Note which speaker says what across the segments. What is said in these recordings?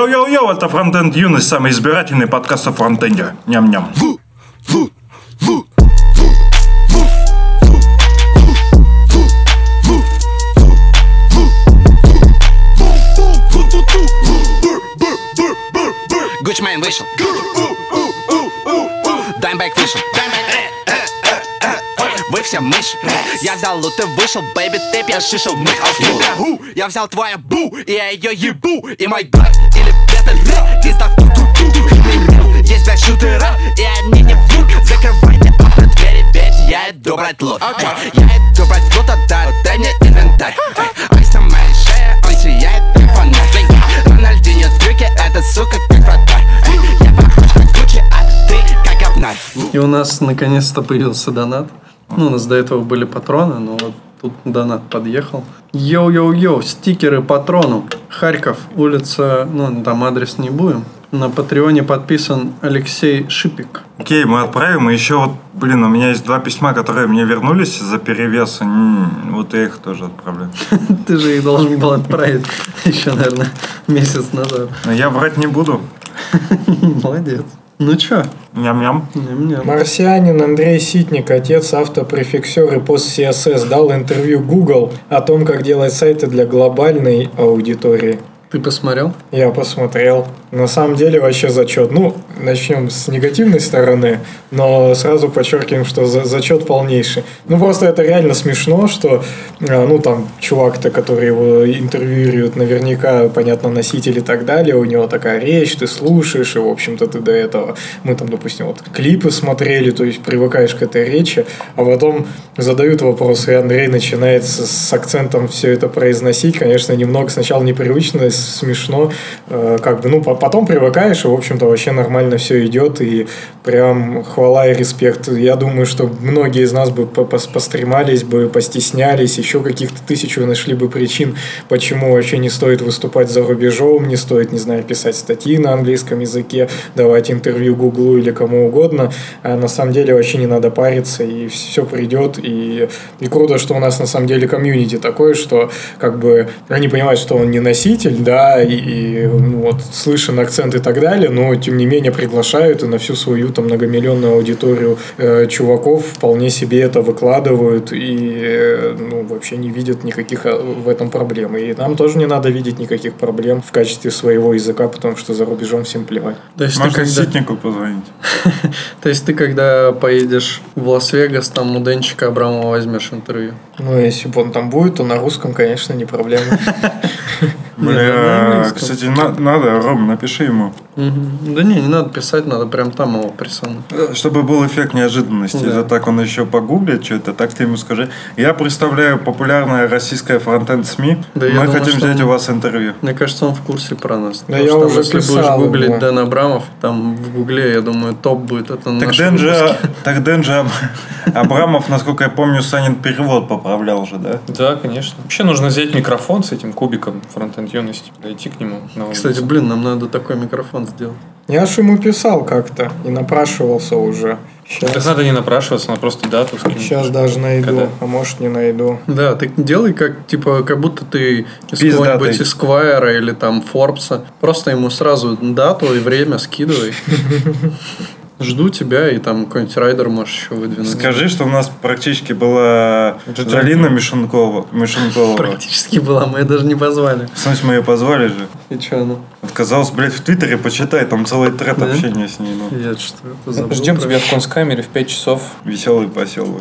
Speaker 1: Йоу-йоу-йоу, это Фронтенд Юность, самый избирательный подкаст о фронтенде. Ням-ням.
Speaker 2: Гучмен вышел. Даймбэк вышел. Вы все мыши Я взял лут и вышел, бэйби, тэп, я шишел мы ху Я взял твою бу, и я ее ебу И мой брат, или это ле, ты сдав ту ту ту Есть два шутера, и они не врут Закрывайте окна, двери, ведь я иду брать лут Эй, Я иду брать лут, отдай, дай мне инвентарь Эй, Айс на моей шее, он сияет, как фонарь Эй, Рональдинho трюки, эта сука, как вратарь Эй, Я похож на Гуччи, а ты как обнарь
Speaker 3: И у нас наконец-то появился донат. Ну, у нас до этого были патроны, но вот тут донат подъехал. Йоу-йоу-йоу, стикеры патрону. Харьков, улица, ну, там адрес не будем. На Патреоне подписан Алексей Шипик.
Speaker 1: Окей, мы отправим. И еще вот, блин, у меня есть два письма, которые мне вернулись за перевес. М, Вот я их тоже отправлю.
Speaker 3: Ты же их должен был отправить еще, наверное, месяц назад.
Speaker 1: Но я врать не буду.
Speaker 3: Молодец. Ну чё?
Speaker 1: Ням-ням.
Speaker 3: Ну, Ням-ням.
Speaker 4: Марсианин Андрей Ситник, отец автопрефиксер и пост CSS, дал интервью Google о том, как делать сайты для глобальной аудитории.
Speaker 3: Ты посмотрел?
Speaker 4: Я посмотрел. На самом деле вообще зачет. Ну, начнем с негативной стороны, но сразу подчеркиваем, что за- зачет полнейший. Ну, просто это реально смешно, что, э, ну, там, чувак-то, который его интервьюирует, наверняка, понятно, носитель и так далее, у него такая речь, ты слушаешь, и, в общем-то, ты до этого, мы там, допустим, вот клипы смотрели, то есть привыкаешь к этой речи, а потом задают вопрос, и Андрей начинает с, с акцентом все это произносить, конечно, немного сначала непривычно, с- смешно, э, как бы, ну, по- потом привыкаешь, и, в общем-то, вообще нормально все идет, и прям хвала и респект. Я думаю, что многие из нас бы по- пос- постремались бы, постеснялись, еще каких-то тысячу нашли бы причин, почему вообще не стоит выступать за рубежом, не стоит, не знаю, писать статьи на английском языке, давать интервью Гуглу или кому угодно. А на самом деле вообще не надо париться, и все придет. И, и круто, что у нас на самом деле комьюнити такое, что как бы они понимают, что он не носитель, да, и, и, ну, вот слышен акцент и так далее, но тем не менее приглашают и на всю свою там многомиллионную аудиторию э, чуваков вполне себе это выкладывают и э, ну, вообще не видят никаких э, в этом проблем. И нам тоже не надо видеть никаких проблем в качестве своего языка, потому что за рубежом всем плевать.
Speaker 3: То есть, ты
Speaker 1: Можно
Speaker 3: когда,
Speaker 1: Ситнику позвонить.
Speaker 3: то есть ты когда поедешь в Лас-Вегас, там у Денчика Абрамова возьмешь интервью?
Speaker 4: Ну, если бы он там будет, то на русском, конечно, не проблема.
Speaker 3: Не, на
Speaker 1: Бля,
Speaker 3: английском.
Speaker 1: кстати, на- надо, Ром, напиши ему.
Speaker 3: Мгм. Да не, не надо писать, надо прям там его прессануть.
Speaker 1: Э, Чтобы был эффект неожиданности.
Speaker 3: Да.
Speaker 1: Это так он еще погуглит что-то, так ты ему скажи. Я представляю популярное российское фронтенд СМИ.
Speaker 3: Да я
Speaker 1: Мы
Speaker 3: думаю,
Speaker 1: хотим
Speaker 3: что
Speaker 1: взять
Speaker 3: он-
Speaker 1: у вас интервью.
Speaker 3: Мне кажется, он в курсе про нас.
Speaker 4: Да
Speaker 3: Потому
Speaker 4: я
Speaker 3: что
Speaker 4: уже
Speaker 3: если
Speaker 4: писал
Speaker 3: будешь гуглить
Speaker 4: ему.
Speaker 3: Дэн Абрамов, там в гугле, я думаю, топ будет. Это
Speaker 1: Так
Speaker 3: наши
Speaker 1: Дэн
Speaker 3: выпуски.
Speaker 1: же, так Дэн же Аб- Абрамов, насколько я помню, Санин перевод поправлял же, да?
Speaker 5: Да, конечно. Вообще нужно взять микрофон с этим кубиком фронтенд юности, дойти к нему. на улицу.
Speaker 3: Кстати, блин, нам надо такой микрофон сделать.
Speaker 4: Я аж ему писал как-то и напрашивался уже.
Speaker 5: так
Speaker 4: Сейчас,
Speaker 5: надо не напрашиваться, надо просто дату скинуть.
Speaker 4: даже найду,
Speaker 5: Когда?
Speaker 4: а может не найду.
Speaker 3: Да, ты делай как, типа, как будто ты из
Speaker 1: Пиздатый.
Speaker 3: какого-нибудь Esquire или там Форбса. Просто ему сразу дату и время скидывай. Жду тебя, и там какой-нибудь райдер можешь еще выдвинуть.
Speaker 1: Скажи, что у нас практически была
Speaker 5: Джи-джи.
Speaker 1: Залина Мишенкова. Мишенкова.
Speaker 3: Практически была, мы ее даже не позвали.
Speaker 1: В смысле, мы ее позвали же.
Speaker 3: И ну? че она?
Speaker 1: Отказалась, блядь, в Твиттере почитай, там целый трет
Speaker 3: Да?
Speaker 1: общения с ней. Ну,
Speaker 3: Я что-то забыл.
Speaker 5: Ждем
Speaker 3: про-
Speaker 5: тебя в конскамере в 5 часов.
Speaker 1: веселый поселок.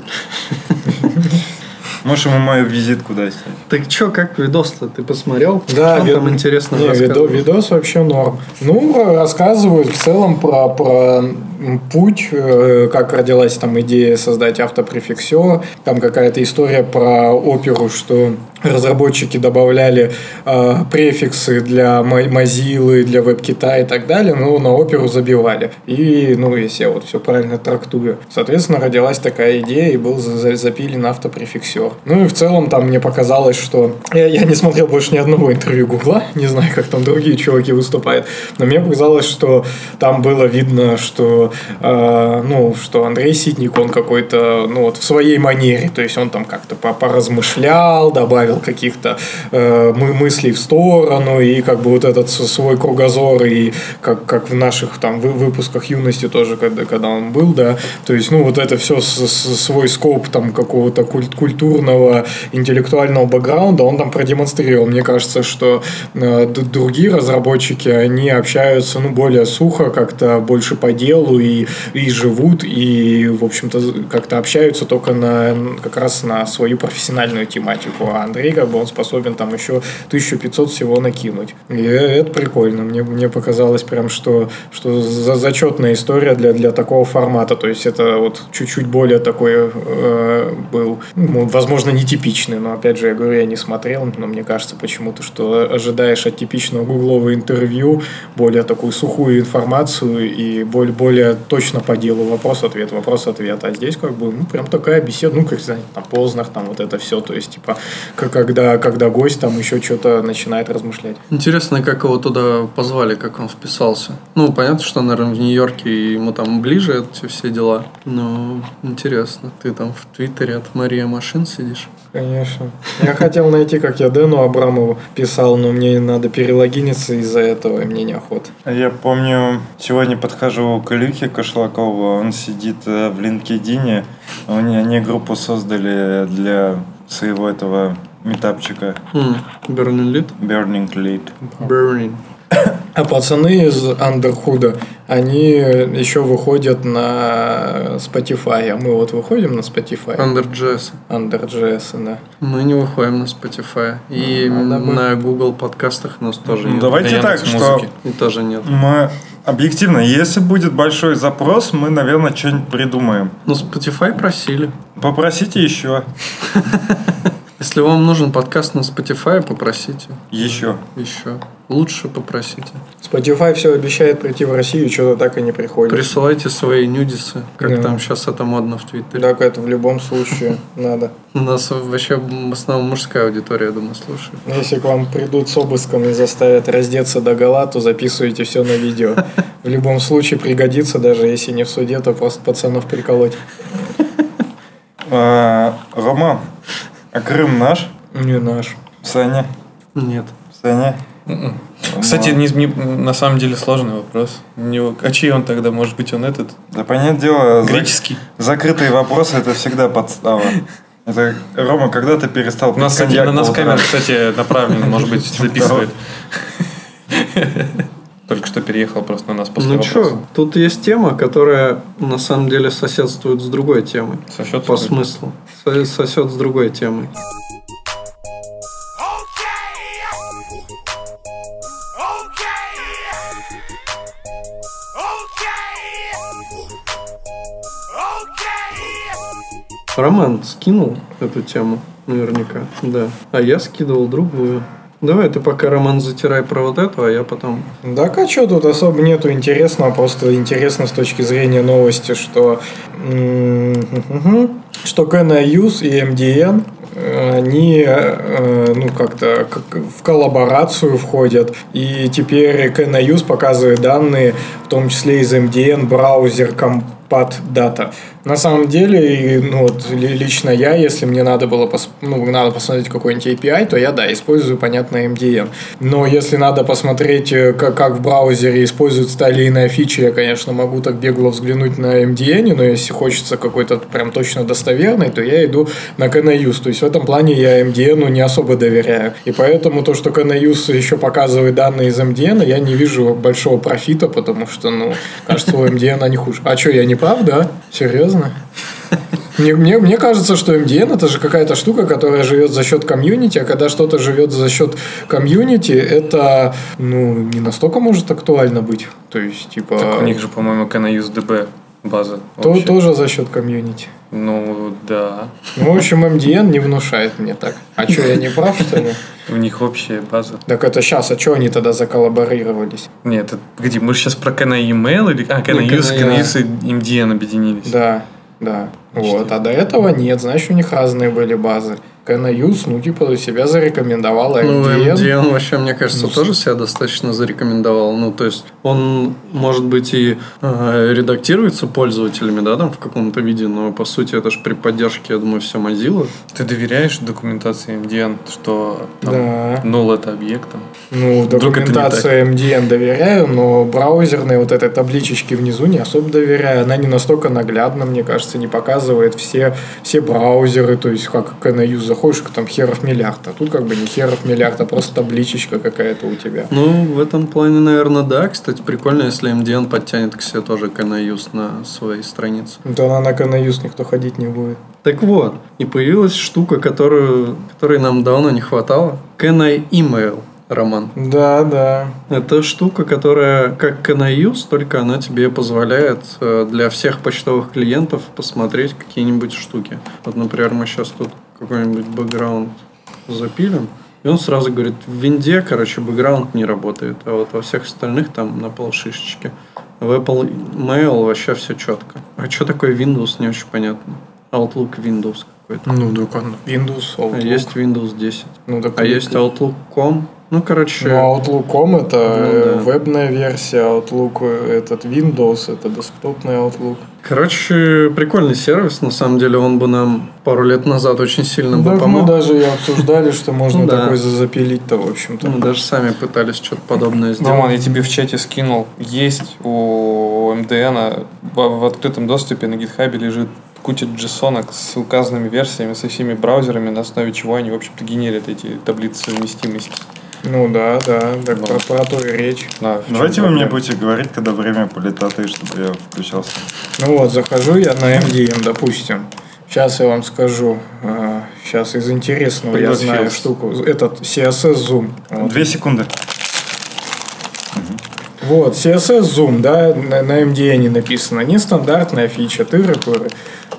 Speaker 1: Можешь ему мою визитку дать. кстати.
Speaker 3: Так че, как видос-то? Ты посмотрел?
Speaker 4: Да,
Speaker 3: Что
Speaker 4: вид-
Speaker 3: там интересно
Speaker 4: Не, видо-
Speaker 3: рассказывают?
Speaker 4: видос вообще норм. Ну, ра- рассказывают в целом про, про м, путь, э, как родилась там идея создать автопрефиксер. Там какая-то история про оперу, что разработчики добавляли э, префиксы для Мо- Mozilla, для WebKit и так далее, но на оперу забивали. И, ну, если я вот все правильно трактую. Соответственно, родилась такая идея и был за- за- запилен автопрефиксер. Ну и в целом там мне показалось, что... Я, я не смотрел больше ни одного интервью Гугла, не знаю, как там другие чуваки выступают, но мне показалось, что там было видно, что что, э, ну, что Андрей Ситник, он какой-то, ну, вот в своей манере, то есть он там как-то по- поразмышлял, добавил каких-то э, мы- мыслей в сторону, и как бы вот этот с- свой кругозор, и как, как в наших там вы- выпусках юности тоже, когда, когда он был, да, то есть, ну, вот это все с- с- свой скоп там какого-то куль- культурного, интеллектуального бэкграунда, он там продемонстрировал. Мне кажется, что э, д- другие разработчики, они общаются, ну, более сухо, как-то больше по делу и, и живут, и, в общем-то, з- как-то общаются только на, как раз на свою профессиональную тематику. А Андрей, как бы, он способен там еще 1500 всего накинуть. И э, это прикольно. Мне, мне показалось прям, что, что за, зачетная история для, для такого формата. То есть, это вот чуть-чуть более такой э, был, ну, возможно, нетипичный, но, опять же, я говорю, я не смотрел, но мне кажется почему-то, что ожидаешь от типичного гуглового интервью более такую сухую информацию и более, более точно по делу вопрос-ответ, вопрос-ответ. А здесь как бы, ну, прям такая беседа, ну, как, знаете, там, Познер, там, вот это все, то есть, типа, к- когда, когда гость там еще что-то начинает размышлять.
Speaker 3: Интересно, как его туда позвали, как он вписался. Ну, понятно, что, наверное, в Нью-Йорке ему там ближе эти все дела. Но интересно, ты там в Твиттере от Мария Машин сидишь.
Speaker 4: Конечно. Я хотел найти, как я Дэну Абрамову писал, но мне надо перелогиниться из-за этого, и мне неохота.
Speaker 1: Я помню, сегодня подхожу к Илюхе Кошлакову, он сидит э, в LinkedIn, они, они группу создали для своего этого метапчика
Speaker 3: М, Берлин Лид?
Speaker 1: Burning Lead.
Speaker 3: Берлин.
Speaker 4: А пацаны из Андерхуда, они еще выходят на Spotify, а мы вот выходим на
Speaker 3: А
Speaker 4: Spotify.
Speaker 3: Андерджесс.
Speaker 4: Underjs, да.
Speaker 3: Мы не выходим на Spotify. И
Speaker 4: А, Надо бы.
Speaker 3: на Google подкастах нас тоже
Speaker 1: Ну,
Speaker 3: нет.
Speaker 1: давайте
Speaker 5: Да,
Speaker 1: так, что
Speaker 5: Яндекс.Музыки.
Speaker 3: И тоже нет.
Speaker 1: мы объективно, если будет большой запрос, мы, наверное, что-нибудь придумаем.
Speaker 3: Ну, Spotify просили.
Speaker 1: Попросите еще.
Speaker 3: Если вам нужен подкаст на Spotify, попросите.
Speaker 1: Еще.
Speaker 3: Еще. Лучше попросите.
Speaker 4: Spotify все обещает прийти в Россию, что-то так и не приходит.
Speaker 3: Присылайте свои нюдисы, как
Speaker 4: Да.
Speaker 3: там сейчас это модно в Твиттере.
Speaker 4: Так это в любом случае надо.
Speaker 3: У нас вообще в основном мужская аудитория, я думаю, слушает.
Speaker 4: Ну, Если к вам придут с обыском и заставят раздеться до гола, то записывайте все на видео. В любом случае пригодится, даже если не в суде, то просто пацанов приколоть.
Speaker 1: А, Рома, а Крым наш?
Speaker 4: Не наш.
Speaker 1: Саня?
Speaker 3: Нет.
Speaker 1: Саня?
Speaker 5: Кстати, не- не- на самом деле сложный вопрос. Не- а чей он тогда? Может быть, он этот?
Speaker 1: Да понятное дело, за-
Speaker 5: Греческий?
Speaker 1: закрытые вопросы это всегда подстава. Это, Рома, когда ты перестал
Speaker 5: У нас,
Speaker 1: пить коньяк
Speaker 5: на нас
Speaker 1: по утрам?
Speaker 5: камера, кстати, направлена, может быть, записывает. Только что переехал просто на нас после
Speaker 3: ну
Speaker 5: вопроса.
Speaker 3: что, тут есть тема, которая на самом деле соседствует с другой темой.
Speaker 5: Сосёт
Speaker 3: По
Speaker 5: с-
Speaker 3: смыслу. Со- Сосет с другой темой.
Speaker 6: Okay. Okay. Okay. Okay.
Speaker 3: Роман скинул эту тему, наверняка. Да. А я скидывал другую. Давай ты пока, Роман, затирай про вот эту, а я потом...
Speaker 4: Да а что тут особо нету интересного, просто интересно с точки зрения новости, что м, что Юз и MDN э, они э, ну как-то как- в коллаборацию входят и теперь Юз показывает данные в том числе из MDN браузер Compat Data на самом деле и, ну, вот, ли- лично я если мне надо было пос- ну, надо посмотреть какой-нибудь API то я да использую понятно MDN но если надо посмотреть, э, как, как в браузере используются та или иная фича, я, конечно, могу так бегло взглянуть на MDN, но если хочется какой-то прям точно достоверный, то я иду на KNUS. То есть в этом плане я MDN не особо доверяю. И поэтому то, что KNUS еще показывает данные из MDN, я не вижу большого профита, потому что, ну, кажется, у MDN они хуже. А что, я не прав, да? Серьезно? Мне, мне, мне кажется, что MDN это же какая-то штука, которая живет за счет комьюнити, а когда что-то живет за счет комьюнити, это ну не настолько может актуально быть. То есть, типа,
Speaker 5: Так А у них же, по-моему, КНЮСДБ база.
Speaker 4: то,
Speaker 5: вообще.
Speaker 4: тоже за счет комьюнити.
Speaker 5: Ну, да.
Speaker 4: Ну, в общем, MDN не внушает мне так. А что, я не прав, что ли?
Speaker 5: У них общая база.
Speaker 4: Так это сейчас, а что они тогда заколлаборировались?
Speaker 5: Нет, это где? Мы же сейчас про email или... А, КНЮС,
Speaker 3: Ну, KNUS.
Speaker 5: КНЮС и MDN объединились.
Speaker 4: Да, да. Вот, а до этого нет, значит, у них разные были базы. Канаюс, ну, типа, себя зарекомендовал
Speaker 3: Ну,
Speaker 4: RDN.
Speaker 3: MDN вообще, мне кажется,
Speaker 4: Ну,
Speaker 3: тоже себя достаточно зарекомендовал. Ну, то есть, он, может быть, и э, редактируется пользователями, да, там в каком-то виде, но по сути это же при поддержке, я думаю, все Mozilla.
Speaker 5: Ты доверяешь документации MDN, что там,
Speaker 4: Да.
Speaker 5: null это объект? Там?
Speaker 4: Ну,
Speaker 5: Вдруг это не так?
Speaker 4: документации MDN доверяю, но браузерной вот этой табличечки внизу не особо доверяю. Она не настолько наглядна, мне кажется, не показывает все, все браузеры, то есть как к NIU заходишь, там херов миллиард, а тут как бы не херов миллиард, а просто табличечка какая-то у тебя.
Speaker 3: Ну, в этом плане, наверное, да. Кстати, прикольно, если MDN подтянет к себе тоже канаюс на своей странице.
Speaker 4: Ну, То она на Канаюс никто ходить не будет.
Speaker 3: Так вот, и появилась штука, которую, которой нам давно не хватало. Can I email, Роман?
Speaker 4: Да, да.
Speaker 3: Это штука, которая как Can I use, только она тебе позволяет э, для всех почтовых клиентов посмотреть какие-нибудь штуки. Вот, например, мы сейчас тут какой-нибудь бэкграунд запилим, и он сразу говорит, в винде, короче, бэкграунд не работает, а вот во всех остальных там на полшишечки. В Apple Mail вообще все четко. А что такое Windows, не очень понятно. Outlook Windows какой-то.
Speaker 5: Ну, вдруг он...
Speaker 4: Windows,
Speaker 3: А
Speaker 4: Outlook.
Speaker 3: есть Windows 10.
Speaker 4: Ну, так
Speaker 3: А есть Outlook.com. Ну, короче...
Speaker 4: Ну, Outlook.com это э,
Speaker 3: Ну, да.
Speaker 4: вебная версия, Outlook э, этот Windows, это десктопный Outlook.
Speaker 3: Короче, прикольный сервис, на самом деле, он бы нам пару лет назад очень сильно
Speaker 4: Да,
Speaker 3: бы помог.
Speaker 4: мы даже и обсуждали, что можно
Speaker 3: Ну да. Ну.
Speaker 4: такой за- запилить-то, в общем-то.
Speaker 3: Мы даже сами пытались что-то подобное
Speaker 5: Роман,
Speaker 3: сделать.
Speaker 5: я тебе в чате скинул. Есть у MDN в, в открытом доступе на гитхабе лежит куча джессонок с указанными версиями, со всеми браузерами, на основе чего они, в общем-то, генерят эти таблицы совместимости.
Speaker 4: Ну да, да, так
Speaker 5: Ну.
Speaker 4: про, про то и речь.
Speaker 5: Да, в чём
Speaker 1: Давайте вы мне
Speaker 5: проблема?
Speaker 1: будете говорить, когда время полетатает, чтобы я включался.
Speaker 4: Ну вот, захожу я на MDM, допустим. Сейчас я вам скажу. Сейчас из интересного я
Speaker 5: Пригласил.
Speaker 4: знаю штуку. Этот CSS Zoom. Вот.
Speaker 1: Две секунды.
Speaker 4: Вот, CSS Zoom, да, на, на MDN написано. Нестандартная фича, ты рекоры.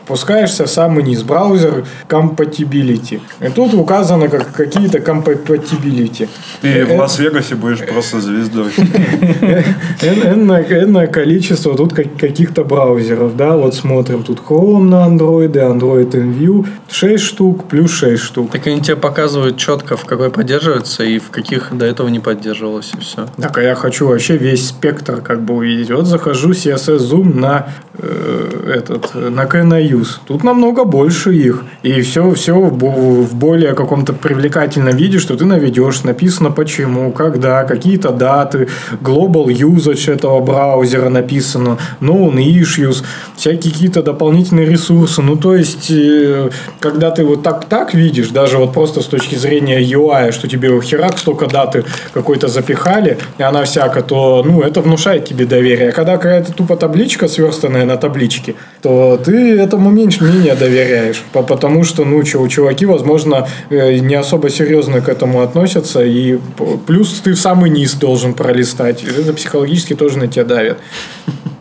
Speaker 4: Пускаешься в самый низ, браузер compatibility. И тут указано как какие-то compatibility.
Speaker 1: Ты в Лас-Вегасе будешь просто звездой.
Speaker 4: Эн- энное- энное количество тут как- каких-то браузеров, да, вот смотрим, тут Chrome на Android, и Android InView, 6 штук, плюс 6 штук.
Speaker 3: Так они тебе показывают четко, в какой поддерживается и в каких до этого не поддерживалось, и все.
Speaker 4: Так, а я хочу вообще весь спектр как бы увидеть. Вот захожу CSS Zoom на э, этот, на KNUS. Тут намного больше их. И все, все в, бо- в более каком-то привлекательном виде, что ты наведешь. Написано почему, когда, какие-то даты, global usage этого браузера написано, known issues, всякие какие-то дополнительные ресурсы. Ну, то есть, э, когда ты вот так так видишь, даже вот просто с точки зрения UI, что тебе у херак столько даты какой-то запихали, и она всяко, то, ну, это внушает тебе доверие. А когда какая-то тупо табличка, сверстанная на табличке, то ты этому меньше менее доверяешь. По- Потому что, ну, чё, чуваки, возможно, э, не особо серьезно к этому относятся, и п- плюс ты в самый низ должен пролистать. И Это психологически тоже на тебя давит.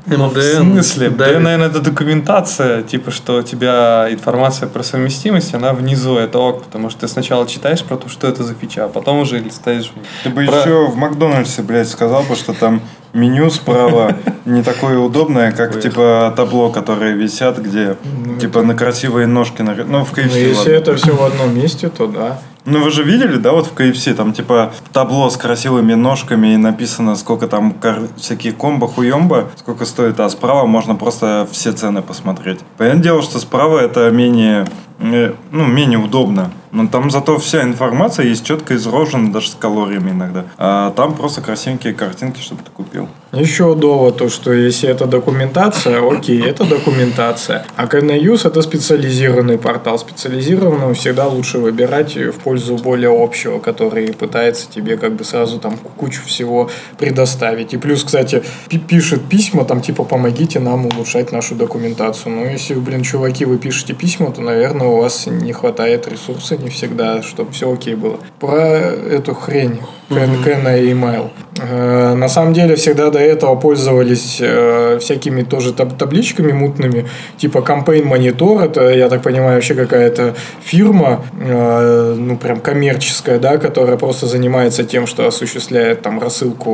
Speaker 4: Ну,
Speaker 5: В смысле? Да, наверное, это документация, типа, что у тебя информация про совместимость, она внизу, это ок, потому что ты сначала читаешь про то, что это за фича, а потом уже листаешь.
Speaker 1: Ты бы
Speaker 5: Про-
Speaker 1: еще в Макдональдсе, блядь, сказал бы, что там меню справа не такое удобное, как типа табло, которые висят, где типа на красивые ножки. на- Ну, в
Speaker 4: Ну,
Speaker 1: KFC,
Speaker 4: если
Speaker 1: ладно.
Speaker 4: это все в одном месте, то да.
Speaker 1: Ну, вы же видели, да, вот в KFC, там типа табло с красивыми ножками и написано, сколько там кор- всякие комбо, хуембо, сколько стоит, а справа можно просто все цены посмотреть. Понятное дело, что справа это менее, э, ну, менее удобно. Но там зато вся информация есть четко изложена, даже с калориями иногда. А там просто красивенькие картинки, чтобы ты купил.
Speaker 4: Еще довод, то, что если это документация, окей, это документация. А KNUS это специализированный портал. Специализированного всегда лучше выбирать в пользу более общего, который пытается тебе как бы сразу там кучу всего предоставить. И плюс, кстати, пи- пишет письма там типа «помогите нам улучшать нашу документацию». Ну, если, блин, чуваки, вы пишете письма, то, наверное, у вас не хватает ресурса не всегда, чтобы все окей было. Про эту хрень Кэн- Кэна и Майл. Э, На самом деле всегда до этого пользовались э, всякими тоже таб- табличками мутными, типа Campaign Monitor, это, я так понимаю, вообще какая-то фирма, э, ну прям коммерческая, да, которая просто занимается тем, что осуществляет там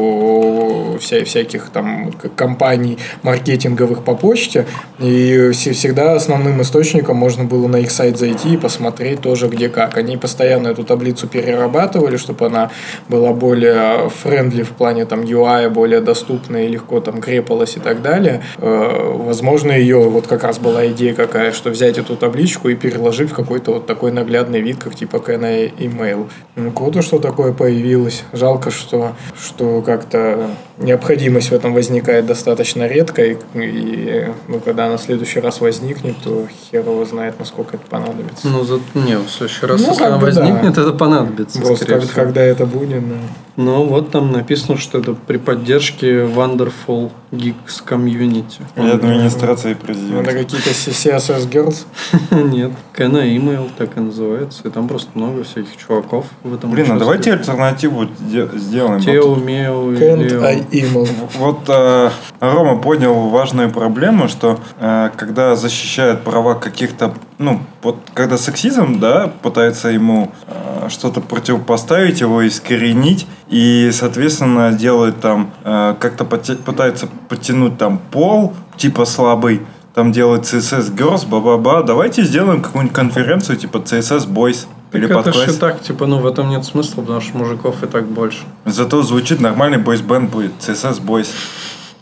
Speaker 4: рассылку вся- всяких там к- компаний маркетинговых по почте, и все- всегда основным источником можно было на их сайт зайти и посмотреть тоже где как. Они постоянно эту таблицу перерабатывали, чтобы она была более френдли в плане там UI, более доступная и легко там крепалась и так далее. Э, Возможно, ее вот как раз была идея какая, что взять эту табличку и переложить в какой-то вот такой наглядный вид, как типа Кэна Email. Ну, круто, что такое появилось. Жалко, что, что как-то необходимость в этом возникает достаточно редко, и, и, ну, когда она в следующий раз возникнет, то хер его знает, насколько это понадобится.
Speaker 3: Ну, за... не, в следующий раз,
Speaker 4: Ну,
Speaker 3: если
Speaker 4: как
Speaker 3: она
Speaker 4: бы да.
Speaker 3: возникнет, это понадобится,
Speaker 4: Просто
Speaker 3: скорее
Speaker 4: как-
Speaker 3: всего.
Speaker 4: когда это будет, ну,
Speaker 3: Ну, вот там написано, что это при поддержке Wonderful Geeks Community.
Speaker 1: И администрации президента.
Speaker 4: надо Ну, какие-то CSS Girls.
Speaker 3: Нет, Кэна Email так и называется. И там просто много всяких чуваков в этом
Speaker 1: Блин, а
Speaker 3: участвует.
Speaker 1: давайте альтернативу де- сделаем. Вот
Speaker 3: Тео, Мео,
Speaker 4: Can't
Speaker 3: Лео.
Speaker 4: I email?
Speaker 1: Вот э, Рома поднял важную проблему, что э, когда защищают права каких-то, ну, вот когда сексизм, да, пытается ему э, что-то противопоставить, его искоренить, и, соответственно, делают там, э, как-то поте- пытаются подтянуть там пол, типа слабый, там делают CSS Girls, ба-ба-ба, давайте сделаем какую-нибудь конференцию типа CSS Boys.
Speaker 3: Так
Speaker 1: Или
Speaker 3: это же
Speaker 1: подкласть.
Speaker 3: так, типа, ну в этом нет смысла, потому что мужиков и так больше.
Speaker 1: Зато звучит нормальный бойсбенд будет. CSS Boys.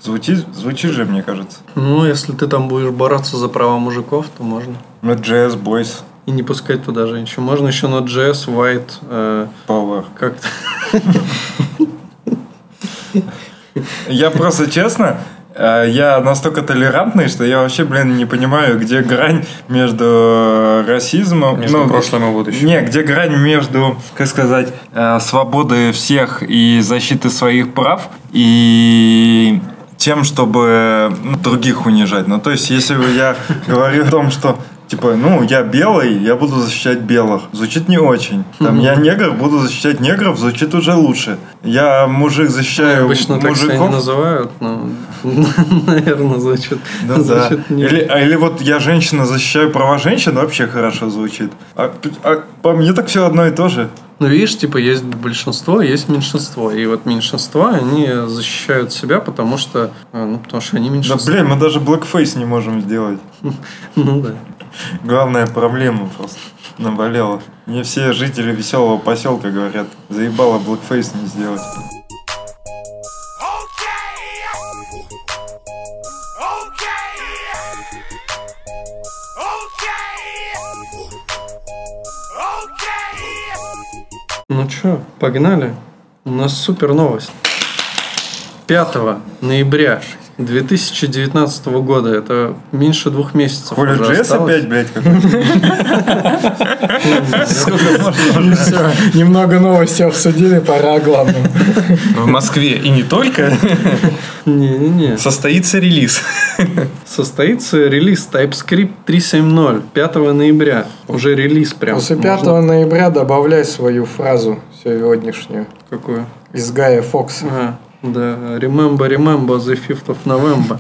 Speaker 1: Звучит, звучит же, мне кажется.
Speaker 3: Ну, если ты там будешь бороться за права мужиков, то можно.
Speaker 1: JS Boys
Speaker 3: И не пускать туда женщин. Можно еще на JS White э,
Speaker 1: Power.
Speaker 3: как-то.
Speaker 1: Я просто честно, э, я настолько толерантный, что я вообще, блин, не понимаю, где грань между э, расизмом...
Speaker 5: Между прошлым и будущим.
Speaker 1: Не, где грань между, как сказать, э, свободой всех и защиты своих прав и тем, чтобы ну, других унижать. Ну, то есть, если бы я говорю о том, что Типа, ну, я белый, я буду защищать белых. Звучит не очень. Там, я негр, буду защищать негров, звучит уже лучше. Я мужик, защищаю
Speaker 3: Обычно так себя не
Speaker 1: Э, мужиков.
Speaker 3: называют, но, наверное, звучит,
Speaker 1: Да, да.
Speaker 3: звучит не-
Speaker 1: Или, а или вот я женщина защищаю права женщин, вообще хорошо звучит. А, а по мне так все одно и то же.
Speaker 3: Ну, видишь, типа, есть большинство, есть меньшинство. И вот меньшинство, они защищают себя, потому что, э, ну, потому что они
Speaker 1: Да
Speaker 3: меньшинство.
Speaker 1: блин, мы даже блэкфейс не можем сделать.
Speaker 3: Ну, да.
Speaker 1: Главная проблема просто наболела. Мне все жители веселого поселка говорят, заебало блэкфейс не сделать.
Speaker 6: Okay. Okay. Okay. Okay.
Speaker 3: Ну чё, погнали? У нас супер новость. 5 ноября 2019 года, это меньше двух месяцев
Speaker 1: Коля
Speaker 3: уже
Speaker 1: Джесс
Speaker 3: осталось.
Speaker 1: опять, блядь, а какой-то. Сколько можно уже?
Speaker 4: Все, немного новости обсудили, пора о главном.
Speaker 5: В Москве и не только
Speaker 3: Не-не-не.
Speaker 5: состоится релиз.
Speaker 3: Состоится релиз TypeScript 3.7.0 5 ноября. Уже релиз прям.
Speaker 4: После
Speaker 3: Можно
Speaker 4: 5 ноября добавляй свою фразу сегодняшнюю
Speaker 3: Какую?
Speaker 4: из Гая Фокса.
Speaker 3: А, да, remember, remember the 5th of November.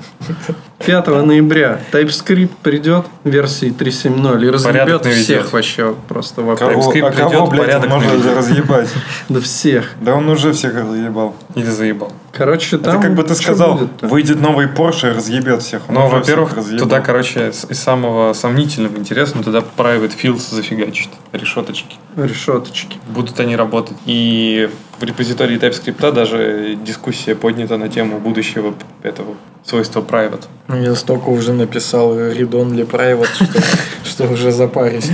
Speaker 3: 5 ноября TypeScript придет версии 3.7.0 и разъебет
Speaker 5: Порядок наведет.
Speaker 3: всех вообще просто во
Speaker 1: Кого,
Speaker 5: TypeScript
Speaker 1: а кого,
Speaker 5: придет,
Speaker 1: блядь,
Speaker 5: порядок
Speaker 1: можно
Speaker 5: наведет.
Speaker 1: разъебать?
Speaker 3: Да всех.
Speaker 1: Да он уже всех разъебал.
Speaker 5: Или заебал.
Speaker 3: Короче, там...
Speaker 1: Это как бы ты
Speaker 3: чё
Speaker 1: сказал,
Speaker 3: будет-то?
Speaker 1: выйдет новый Porsche и разъебет всех. Он
Speaker 5: Ну,
Speaker 1: уже
Speaker 5: во-первых,
Speaker 1: всех разъебал.
Speaker 5: туда, короче, с- из самого сомнительного интересного, туда Private Fields зафигачит решеточки.
Speaker 3: Решеточки.
Speaker 5: Будут они работать. И в репозитории TypeScript даже дискуссия поднята на тему будущего этого свойства Private.
Speaker 4: Ну, Я столько уже написал Ридон ли Private, что, что уже запарись.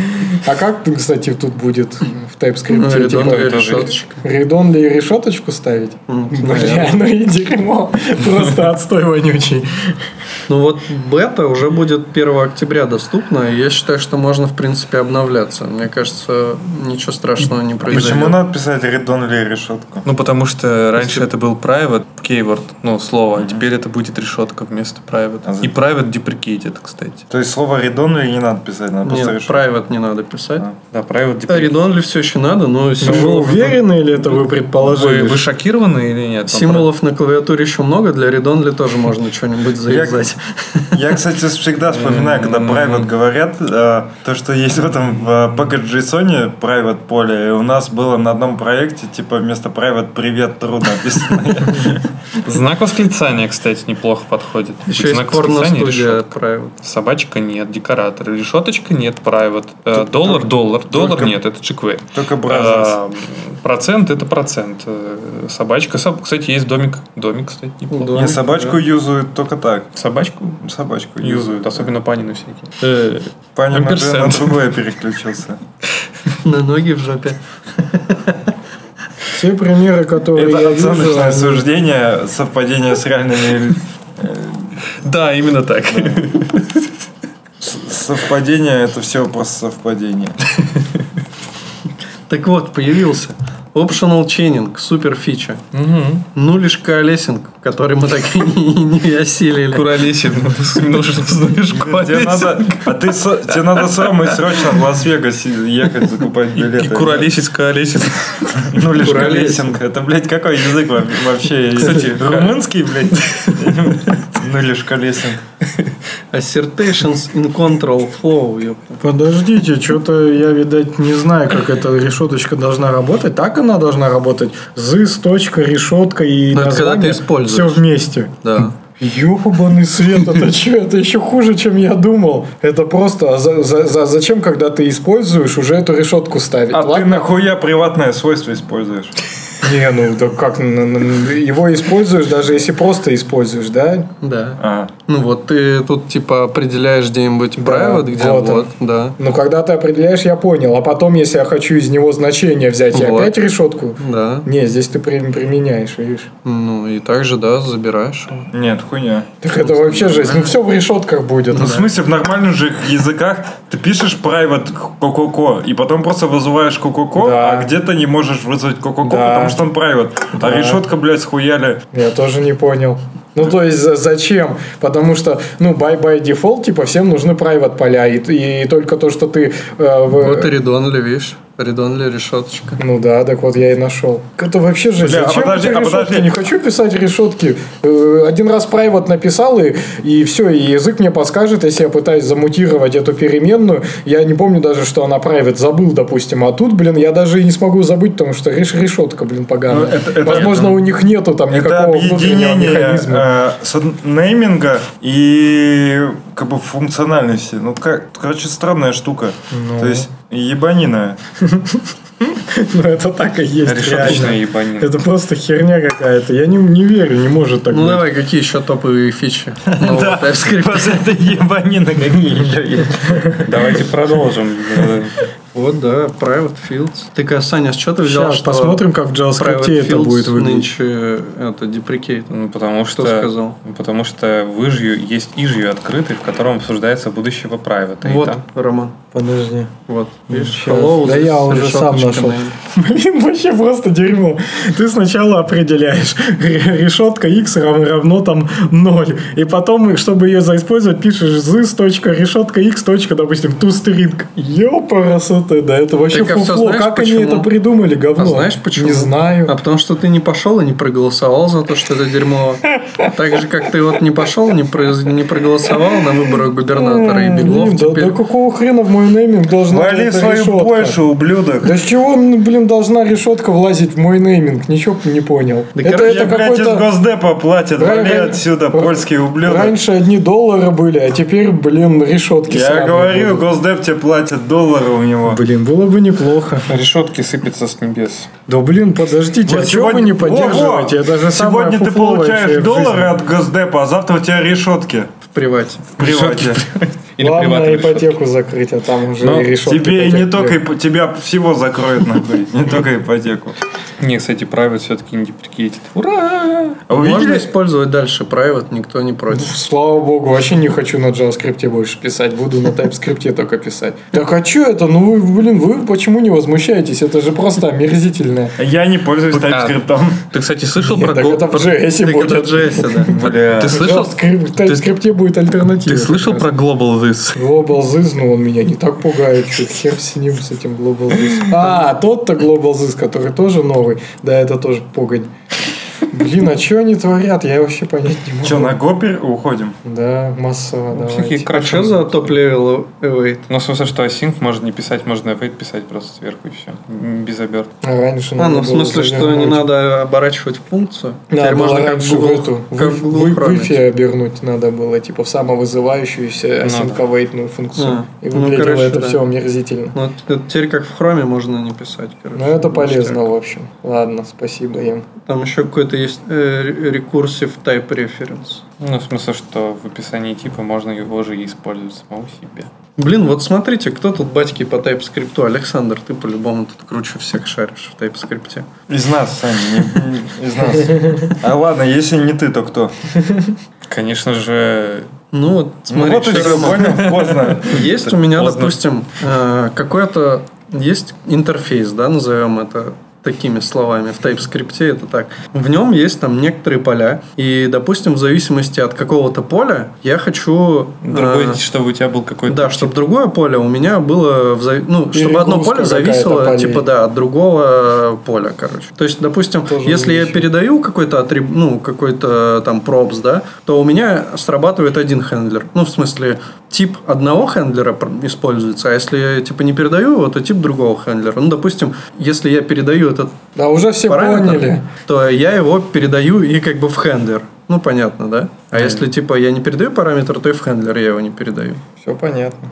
Speaker 4: А как, ты, кстати, тут будет в
Speaker 3: Ну,
Speaker 4: TypeScript?
Speaker 3: редон
Speaker 5: тоже-
Speaker 3: решеточка.
Speaker 4: Ридон ли решеточку ставить?
Speaker 3: Ну,
Speaker 4: Бля, ну и дерьмо. Просто отстой вонючий.
Speaker 3: Ну вот бета уже будет 1 октября доступна, и я считаю, что можно, в принципе, обновляться. Мне кажется, ничего страшного не произойдет.
Speaker 1: Почему надо писать редон или решетку?
Speaker 5: Ну, потому что раньше это был private, keyword, ну, слово, а теперь это будет решетка вместо
Speaker 1: А
Speaker 5: private.
Speaker 1: за-
Speaker 5: И private deprecated, кстати.
Speaker 1: То есть слово редонли не надо писать, надо
Speaker 3: Нет,
Speaker 1: просто решить.
Speaker 3: private не надо писать.
Speaker 1: А.
Speaker 5: Да, private
Speaker 3: А
Speaker 5: deprecated.
Speaker 3: Редон ли все еще надо, но
Speaker 4: Вы
Speaker 3: символов,
Speaker 4: уверены или это вы предположили?
Speaker 5: Вы, вы шокированы или нет? Ну, Там
Speaker 3: символов на клавиатуре еще много, для Редон ли тоже можно что-нибудь завязать.
Speaker 1: Я, кстати, всегда вспоминаю, когда private говорят, э, то, что есть в этом в э, Package.json private поле, и у нас было на одном проекте, типа, вместо private привет тру написано.
Speaker 5: про- Знак восклицания, кстати, неплохо подходит.
Speaker 3: Еще
Speaker 5: Будь
Speaker 3: есть
Speaker 5: знак восклицания,
Speaker 3: порно-студия
Speaker 5: решетка.
Speaker 3: private.
Speaker 5: Собачка нет, декоратор. Решеточка нет, private. Э, доллар, доллар, доллар нет, это чеквей.
Speaker 1: Только бразерс.
Speaker 5: А, Процент это процент. Э, Собачка. соб- Кстати, есть домик. Домик, кстати, неплохо.
Speaker 3: Да.
Speaker 1: Не, собачку юзают только так.
Speaker 5: Собачку
Speaker 1: Собачку
Speaker 5: юзают,
Speaker 1: юзают.
Speaker 5: особенно панины всякие.
Speaker 1: Паня на
Speaker 5: Ampersand.
Speaker 1: на другое переключился.
Speaker 3: На ноги в жопе.
Speaker 4: Все примеры, которые я
Speaker 1: Это
Speaker 4: вижу,
Speaker 5: а
Speaker 1: оценочное
Speaker 4: они-
Speaker 1: суждение, совпадение с реальными...
Speaker 5: Да, именно так.
Speaker 1: с- Совпадение, это все просто совпадение.
Speaker 3: Так вот, появился optional chaining, супер фича.
Speaker 5: Мгм.
Speaker 3: Ну лишь колесинг, который мы так и не не осилили.
Speaker 5: Куролесин. Немножко знаешь,
Speaker 1: Тебе
Speaker 5: куролесин.
Speaker 1: надо, а ты, со- тебе надо самый срочно в Лас-Вегас ехать закупать билеты.
Speaker 5: И куролесить, куролесить.
Speaker 1: Ну, лишь
Speaker 3: Куролесин.
Speaker 1: колесинг. Это, блядь, какой язык во- вообще?
Speaker 5: Кстати,
Speaker 1: румынский, блядь? Ну, лишь колесинг.
Speaker 3: Assertations in control flow. ёпта.
Speaker 4: Подождите, что-то я, видать, не знаю, как эта решеточка должна работать. Так она должна работать. Зыс, точка, решетка и
Speaker 3: Ну, это когда ты
Speaker 4: все
Speaker 3: используешь.
Speaker 4: вместе.
Speaker 3: Да.
Speaker 4: Ёбаный свет, это что? Это еще хуже, чем я думал. Это просто... а за- за- за- Зачем, когда ты используешь, уже эту решетку ставить?
Speaker 1: А ты
Speaker 4: Ладно?
Speaker 1: нахуя приватное свойство используешь?
Speaker 4: Не, ну да как? на- на- на- Его используешь, даже если просто используешь, да?
Speaker 3: Да.
Speaker 1: А,
Speaker 3: Ну вот ты тут типа определяешь где-нибудь private, где
Speaker 4: вот
Speaker 3: вот,
Speaker 4: он.
Speaker 3: да.
Speaker 4: Ну, когда ты определяешь, я понял. А потом, если я хочу из него значение взять, я
Speaker 3: Вот.
Speaker 4: опять решетку?
Speaker 3: Да.
Speaker 4: Не, здесь ты при- применяешь, видишь?
Speaker 3: Ну и также, да, забираешь. его.
Speaker 1: нет, хуйня.
Speaker 4: Так это вообще жесть. Ну, все в решетках будет.
Speaker 1: Ну, в смысле, в нормальных же языках ты пишешь private кококо, и потом просто вызываешь кококо,
Speaker 4: Да.
Speaker 1: а где-то не можешь вызвать кококо,
Speaker 4: Да.
Speaker 1: потому что он private. А решетка, блядь, схуяли.
Speaker 4: Я тоже не понял. Ну, то есть, за- зачем? Потому что, ну, by-by default, типа, всем нужны private поля. И, и, только то, что ты... э, в-
Speaker 3: Вот и редон ли, видишь? Редон ли решеточка.
Speaker 4: Ну да, так вот я и нашел. Это вообще же
Speaker 1: Бля, а
Speaker 4: зачем
Speaker 1: подожди,
Speaker 4: эти
Speaker 1: а
Speaker 4: решетки?
Speaker 1: подожди.
Speaker 4: Не хочу писать решетки. Э, Один раз private написал, и, и все, и язык мне подскажет, если я пытаюсь замутировать эту переменную. Я не помню даже, что она private забыл, допустим. А тут, блин, я даже и не смогу забыть, потому что реш- решетка, блин, поганая.
Speaker 1: Ну, это- это-
Speaker 4: Возможно, у них нету там
Speaker 1: Это
Speaker 4: никакого внутреннего
Speaker 1: объединение
Speaker 4: механизма.
Speaker 1: э, с од- нейминга и как бы функциональности. Ну, как, короче, странная штука. То есть, ебанина.
Speaker 4: Ну, это так и есть.
Speaker 5: Решеточная
Speaker 4: реально.
Speaker 5: ебанина.
Speaker 4: Это просто херня какая-то. Я не, не верю, не может так
Speaker 3: Ну
Speaker 4: быть.
Speaker 3: давай, какие еще топовые фичи? Ну, TypeScript.
Speaker 1: это ебанина какие
Speaker 5: Давайте продолжим.
Speaker 3: Вот, да, private fields. Ты, Ка, Саня, с чего ты взял,
Speaker 4: Сейчас
Speaker 3: что
Speaker 4: посмотрим, как в JavaScript
Speaker 3: private
Speaker 4: это
Speaker 3: fields
Speaker 4: будет выглядеть.
Speaker 3: нынче это деприкейт?
Speaker 5: Ну, потому
Speaker 3: Что
Speaker 5: что...
Speaker 3: сказал?
Speaker 5: Потому что в Ижью есть Ижью открытый, в котором обсуждается будущего private. И
Speaker 3: Вот,
Speaker 5: там-
Speaker 3: Роман, Ну,
Speaker 4: Подожди.
Speaker 3: вот. Видишь,
Speaker 4: щас.
Speaker 3: hello,
Speaker 4: Да
Speaker 3: здесь
Speaker 4: я уже
Speaker 3: решеточка
Speaker 4: сам нашел.
Speaker 3: на-
Speaker 4: Блин, вообще просто дерьмо. Ты сначала определяешь, ре- решетка x рав- равно там 0. И потом, чтобы ее заиспользовать, пишешь this. точка, решетка x. точка, допустим, toString. Ёпарасоты, да это вообще
Speaker 3: Так, а всё
Speaker 4: фуфло.
Speaker 3: знаешь,
Speaker 4: Как
Speaker 3: почему?
Speaker 4: они это придумали, говно?
Speaker 3: А знаешь почему?
Speaker 4: Не знаю.
Speaker 3: А потому что ты не пошел и не проголосовал за то, что это дерьмо. Так же, как ты вот не пошел, не, произ- не проголосовал на выборы губернатора и Беглов
Speaker 4: Блин, да,
Speaker 3: теперь.
Speaker 4: да какого хрена в мой нейминг должна быть
Speaker 1: Вали
Speaker 4: эта
Speaker 1: свою
Speaker 4: решетка?
Speaker 1: Польшу, ублюдок.
Speaker 4: Да с чего, ну, блин, должна решетка влазить в мой нейминг? Ничего не понял.
Speaker 3: Да,
Speaker 4: это
Speaker 3: короче,
Speaker 4: это
Speaker 1: Блядь, из
Speaker 4: какой-то...
Speaker 1: Госдепа платят.
Speaker 4: Ран-
Speaker 1: Вали
Speaker 4: ран-
Speaker 1: отсюда,
Speaker 4: ран-
Speaker 1: польский ублюдок.
Speaker 4: Раньше одни доллары были, а теперь, блин, решетки
Speaker 1: Я
Speaker 4: сраные
Speaker 1: говорю,
Speaker 4: будут.
Speaker 1: Госдеп тебе платят доллары у него.
Speaker 4: Блин, было бы неплохо.
Speaker 5: Решетки сыпятся с небес.
Speaker 4: Да блин, подождите,
Speaker 1: Вот
Speaker 4: а чего вы не
Speaker 1: Во-во!
Speaker 4: поддерживаете? Я даже самое
Speaker 1: сегодня ты
Speaker 4: фуфло вообще
Speaker 1: получаешь
Speaker 4: в
Speaker 1: доллары
Speaker 4: жизни.
Speaker 1: от Госдепа, а завтра у тебя решетки
Speaker 3: В привате.
Speaker 1: в привате.
Speaker 5: Или
Speaker 4: Главное
Speaker 5: приватные решетки.
Speaker 4: ипотеку закрыть, а там уже
Speaker 1: Ну,
Speaker 4: и решетки.
Speaker 1: тебе и не
Speaker 4: хотят
Speaker 1: только
Speaker 4: делать.
Speaker 1: ип- тебя всего закроют нахуй, не только ипотеку.
Speaker 5: Не, кстати, private все-таки не деприкейтит. Ура!
Speaker 1: А вы
Speaker 3: Можно
Speaker 1: видели?
Speaker 3: использовать дальше private, никто не против.
Speaker 4: Слава богу, вообще не хочу на JavaScript больше писать, буду на TypeScript только писать. Так а что это? Ну вы, блин, вы почему не возмущаетесь? Это же просто омерзительное.
Speaker 1: Я не пользуюсь
Speaker 5: Пока.
Speaker 1: TypeScript.
Speaker 5: Ты, кстати, слышал
Speaker 4: Нет,
Speaker 5: про...
Speaker 4: так
Speaker 5: Go-
Speaker 4: это в
Speaker 5: про-
Speaker 4: JS
Speaker 3: Так это
Speaker 4: будет.
Speaker 3: Джесси, да.
Speaker 1: Бля.
Speaker 5: Ты слышал?
Speaker 4: JavaScript, в TypeScript будет альтернатива.
Speaker 5: Ты слышал
Speaker 4: как
Speaker 5: про
Speaker 4: раз.
Speaker 5: Global This?
Speaker 4: Global Ziz, ну он меня не так пугает, чуть хер с ним, с этим Global Ziz. А, тот-то Global Ziz, который тоже новый. Да, это тоже погонь. Блин, а что они творят? Я вообще понять не могу.
Speaker 1: Че, на гопер уходим?
Speaker 4: Да,
Speaker 3: Ну,
Speaker 4: массово,
Speaker 5: Всякие
Speaker 4: давайте.
Speaker 5: крачи.
Speaker 3: Что за топ-левел await?
Speaker 5: Ну, в смысле, что async можно не писать, можно await писать просто сверху и все. Без оберт.
Speaker 4: А раньше
Speaker 3: А,
Speaker 4: надо
Speaker 3: ну в
Speaker 4: было
Speaker 3: смысле, что не
Speaker 4: завернуть.
Speaker 3: надо оборачивать функцию.
Speaker 4: Да,
Speaker 3: Теперь
Speaker 4: было
Speaker 3: можно как в
Speaker 4: раньше в
Speaker 3: Google,
Speaker 4: эту,
Speaker 3: как в
Speaker 4: в,
Speaker 3: Google
Speaker 4: в- в
Speaker 3: Chrome.
Speaker 4: ифе обернуть надо было, типа в самовызывающуюся
Speaker 5: Ну да.
Speaker 4: асинковейтную функцию.
Speaker 3: А,
Speaker 4: И
Speaker 3: ну,
Speaker 4: выглядело
Speaker 3: короче,
Speaker 4: это
Speaker 3: да.
Speaker 4: все омерзительно.
Speaker 3: Ну, вот это теперь как в хроме можно не писать. короче.
Speaker 4: Но Ну, это полезно,
Speaker 3: Ништяк.
Speaker 4: в общем. Ладно, спасибо им.
Speaker 3: Там еще какой-то есть э, рекурсив type reference.
Speaker 5: Ну, в смысле, что в описании типа можно его же и использовать самого себе.
Speaker 3: Блин, вот смотрите, кто тут батьки по TypeScript? Александр, ты по-любому тут круче всех шаришь в TypeScript.
Speaker 1: Из нас, Саня, не- не- из нас. А ладно, если не ты, то кто?
Speaker 5: Конечно же,
Speaker 3: Ну вот,
Speaker 1: Ну
Speaker 3: смотри,
Speaker 1: вот и
Speaker 3: что
Speaker 1: все,
Speaker 3: я
Speaker 1: понял, поздно.
Speaker 3: Есть
Speaker 5: Это
Speaker 3: у меня,
Speaker 5: поздно.
Speaker 3: допустим, э, какой-то есть интерфейс, да, назовем это такими словами в TypeScript это так. В нем есть там некоторые поля, и, допустим, в зависимости от какого-то поля я хочу э,
Speaker 5: другой, чтобы у тебя был какой-то...
Speaker 3: да, чтобы другое поле у меня было, в зави- ну, чтобы одно
Speaker 4: Перегрузка
Speaker 3: поле
Speaker 4: какая-то
Speaker 3: зависело,
Speaker 4: полей.
Speaker 3: типа, да, от другого э, поля, короче. То есть, допустим,
Speaker 4: Тоже
Speaker 3: если я
Speaker 4: вещи.
Speaker 3: передаю какой-то атриб... ну, какой-то там пропс, да, то у меня срабатывает один хендлер. Ну, в смысле, тип одного хендлера пр- используется, а если я, типа, не передаю его, то тип другого хендлера. Ну, допустим, если я передаю этот
Speaker 4: Да, уже все
Speaker 3: параметр,
Speaker 4: поняли.
Speaker 3: то я его передаю и как бы в хендлер. Ну, понятно, да? А если, типа, я не передаю параметр, то и в хендлер я его не передаю.
Speaker 4: Все понятно.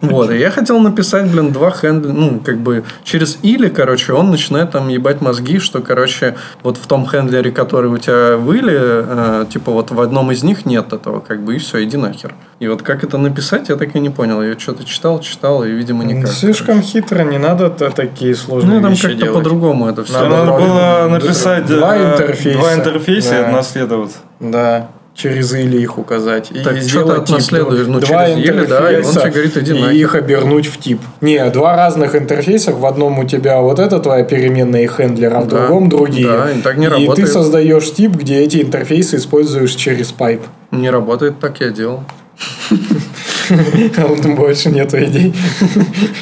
Speaker 3: Вот, и я хотел написать, блин, два хендля, ну, как бы, через или, короче, он начинает там ебать мозги, что, короче, вот в том хендлере, который у тебя выли, э, типа, вот в одном из них нет этого, как бы, и все, иди нахер. И вот как это написать, я так и не понял. Я что-то читал, читал, и, видимо,
Speaker 4: Ну,
Speaker 3: никак.
Speaker 4: Слишком хитро, не надо та- такие сложные
Speaker 3: Ну, там
Speaker 4: вещи
Speaker 3: как-то
Speaker 4: делать.
Speaker 3: по-другому это все.
Speaker 1: Надо, было написать
Speaker 4: Два
Speaker 1: э,
Speaker 4: интерфейса.
Speaker 1: два интерфейса и
Speaker 4: Да.
Speaker 1: наследоваться.
Speaker 4: Да, через или их указать. И
Speaker 3: Так что
Speaker 4: сделать
Speaker 3: ты от
Speaker 4: тип.
Speaker 3: наследуешь? Ну,
Speaker 4: Два
Speaker 3: через или, да, и он
Speaker 4: интерфейса,
Speaker 3: тебе говорит, иди
Speaker 4: и
Speaker 3: нахер.
Speaker 4: их обернуть в тип. Не, два разных интерфейса. В одном у тебя вот это твоя переменная и хендлер, а в
Speaker 3: Да.
Speaker 4: другом другие.
Speaker 3: Да, и так не
Speaker 4: ты
Speaker 3: работает.
Speaker 4: создаешь тип, где эти интерфейсы используешь через пайп.
Speaker 3: Не работает, так я делал.
Speaker 4: А вот больше нету идей.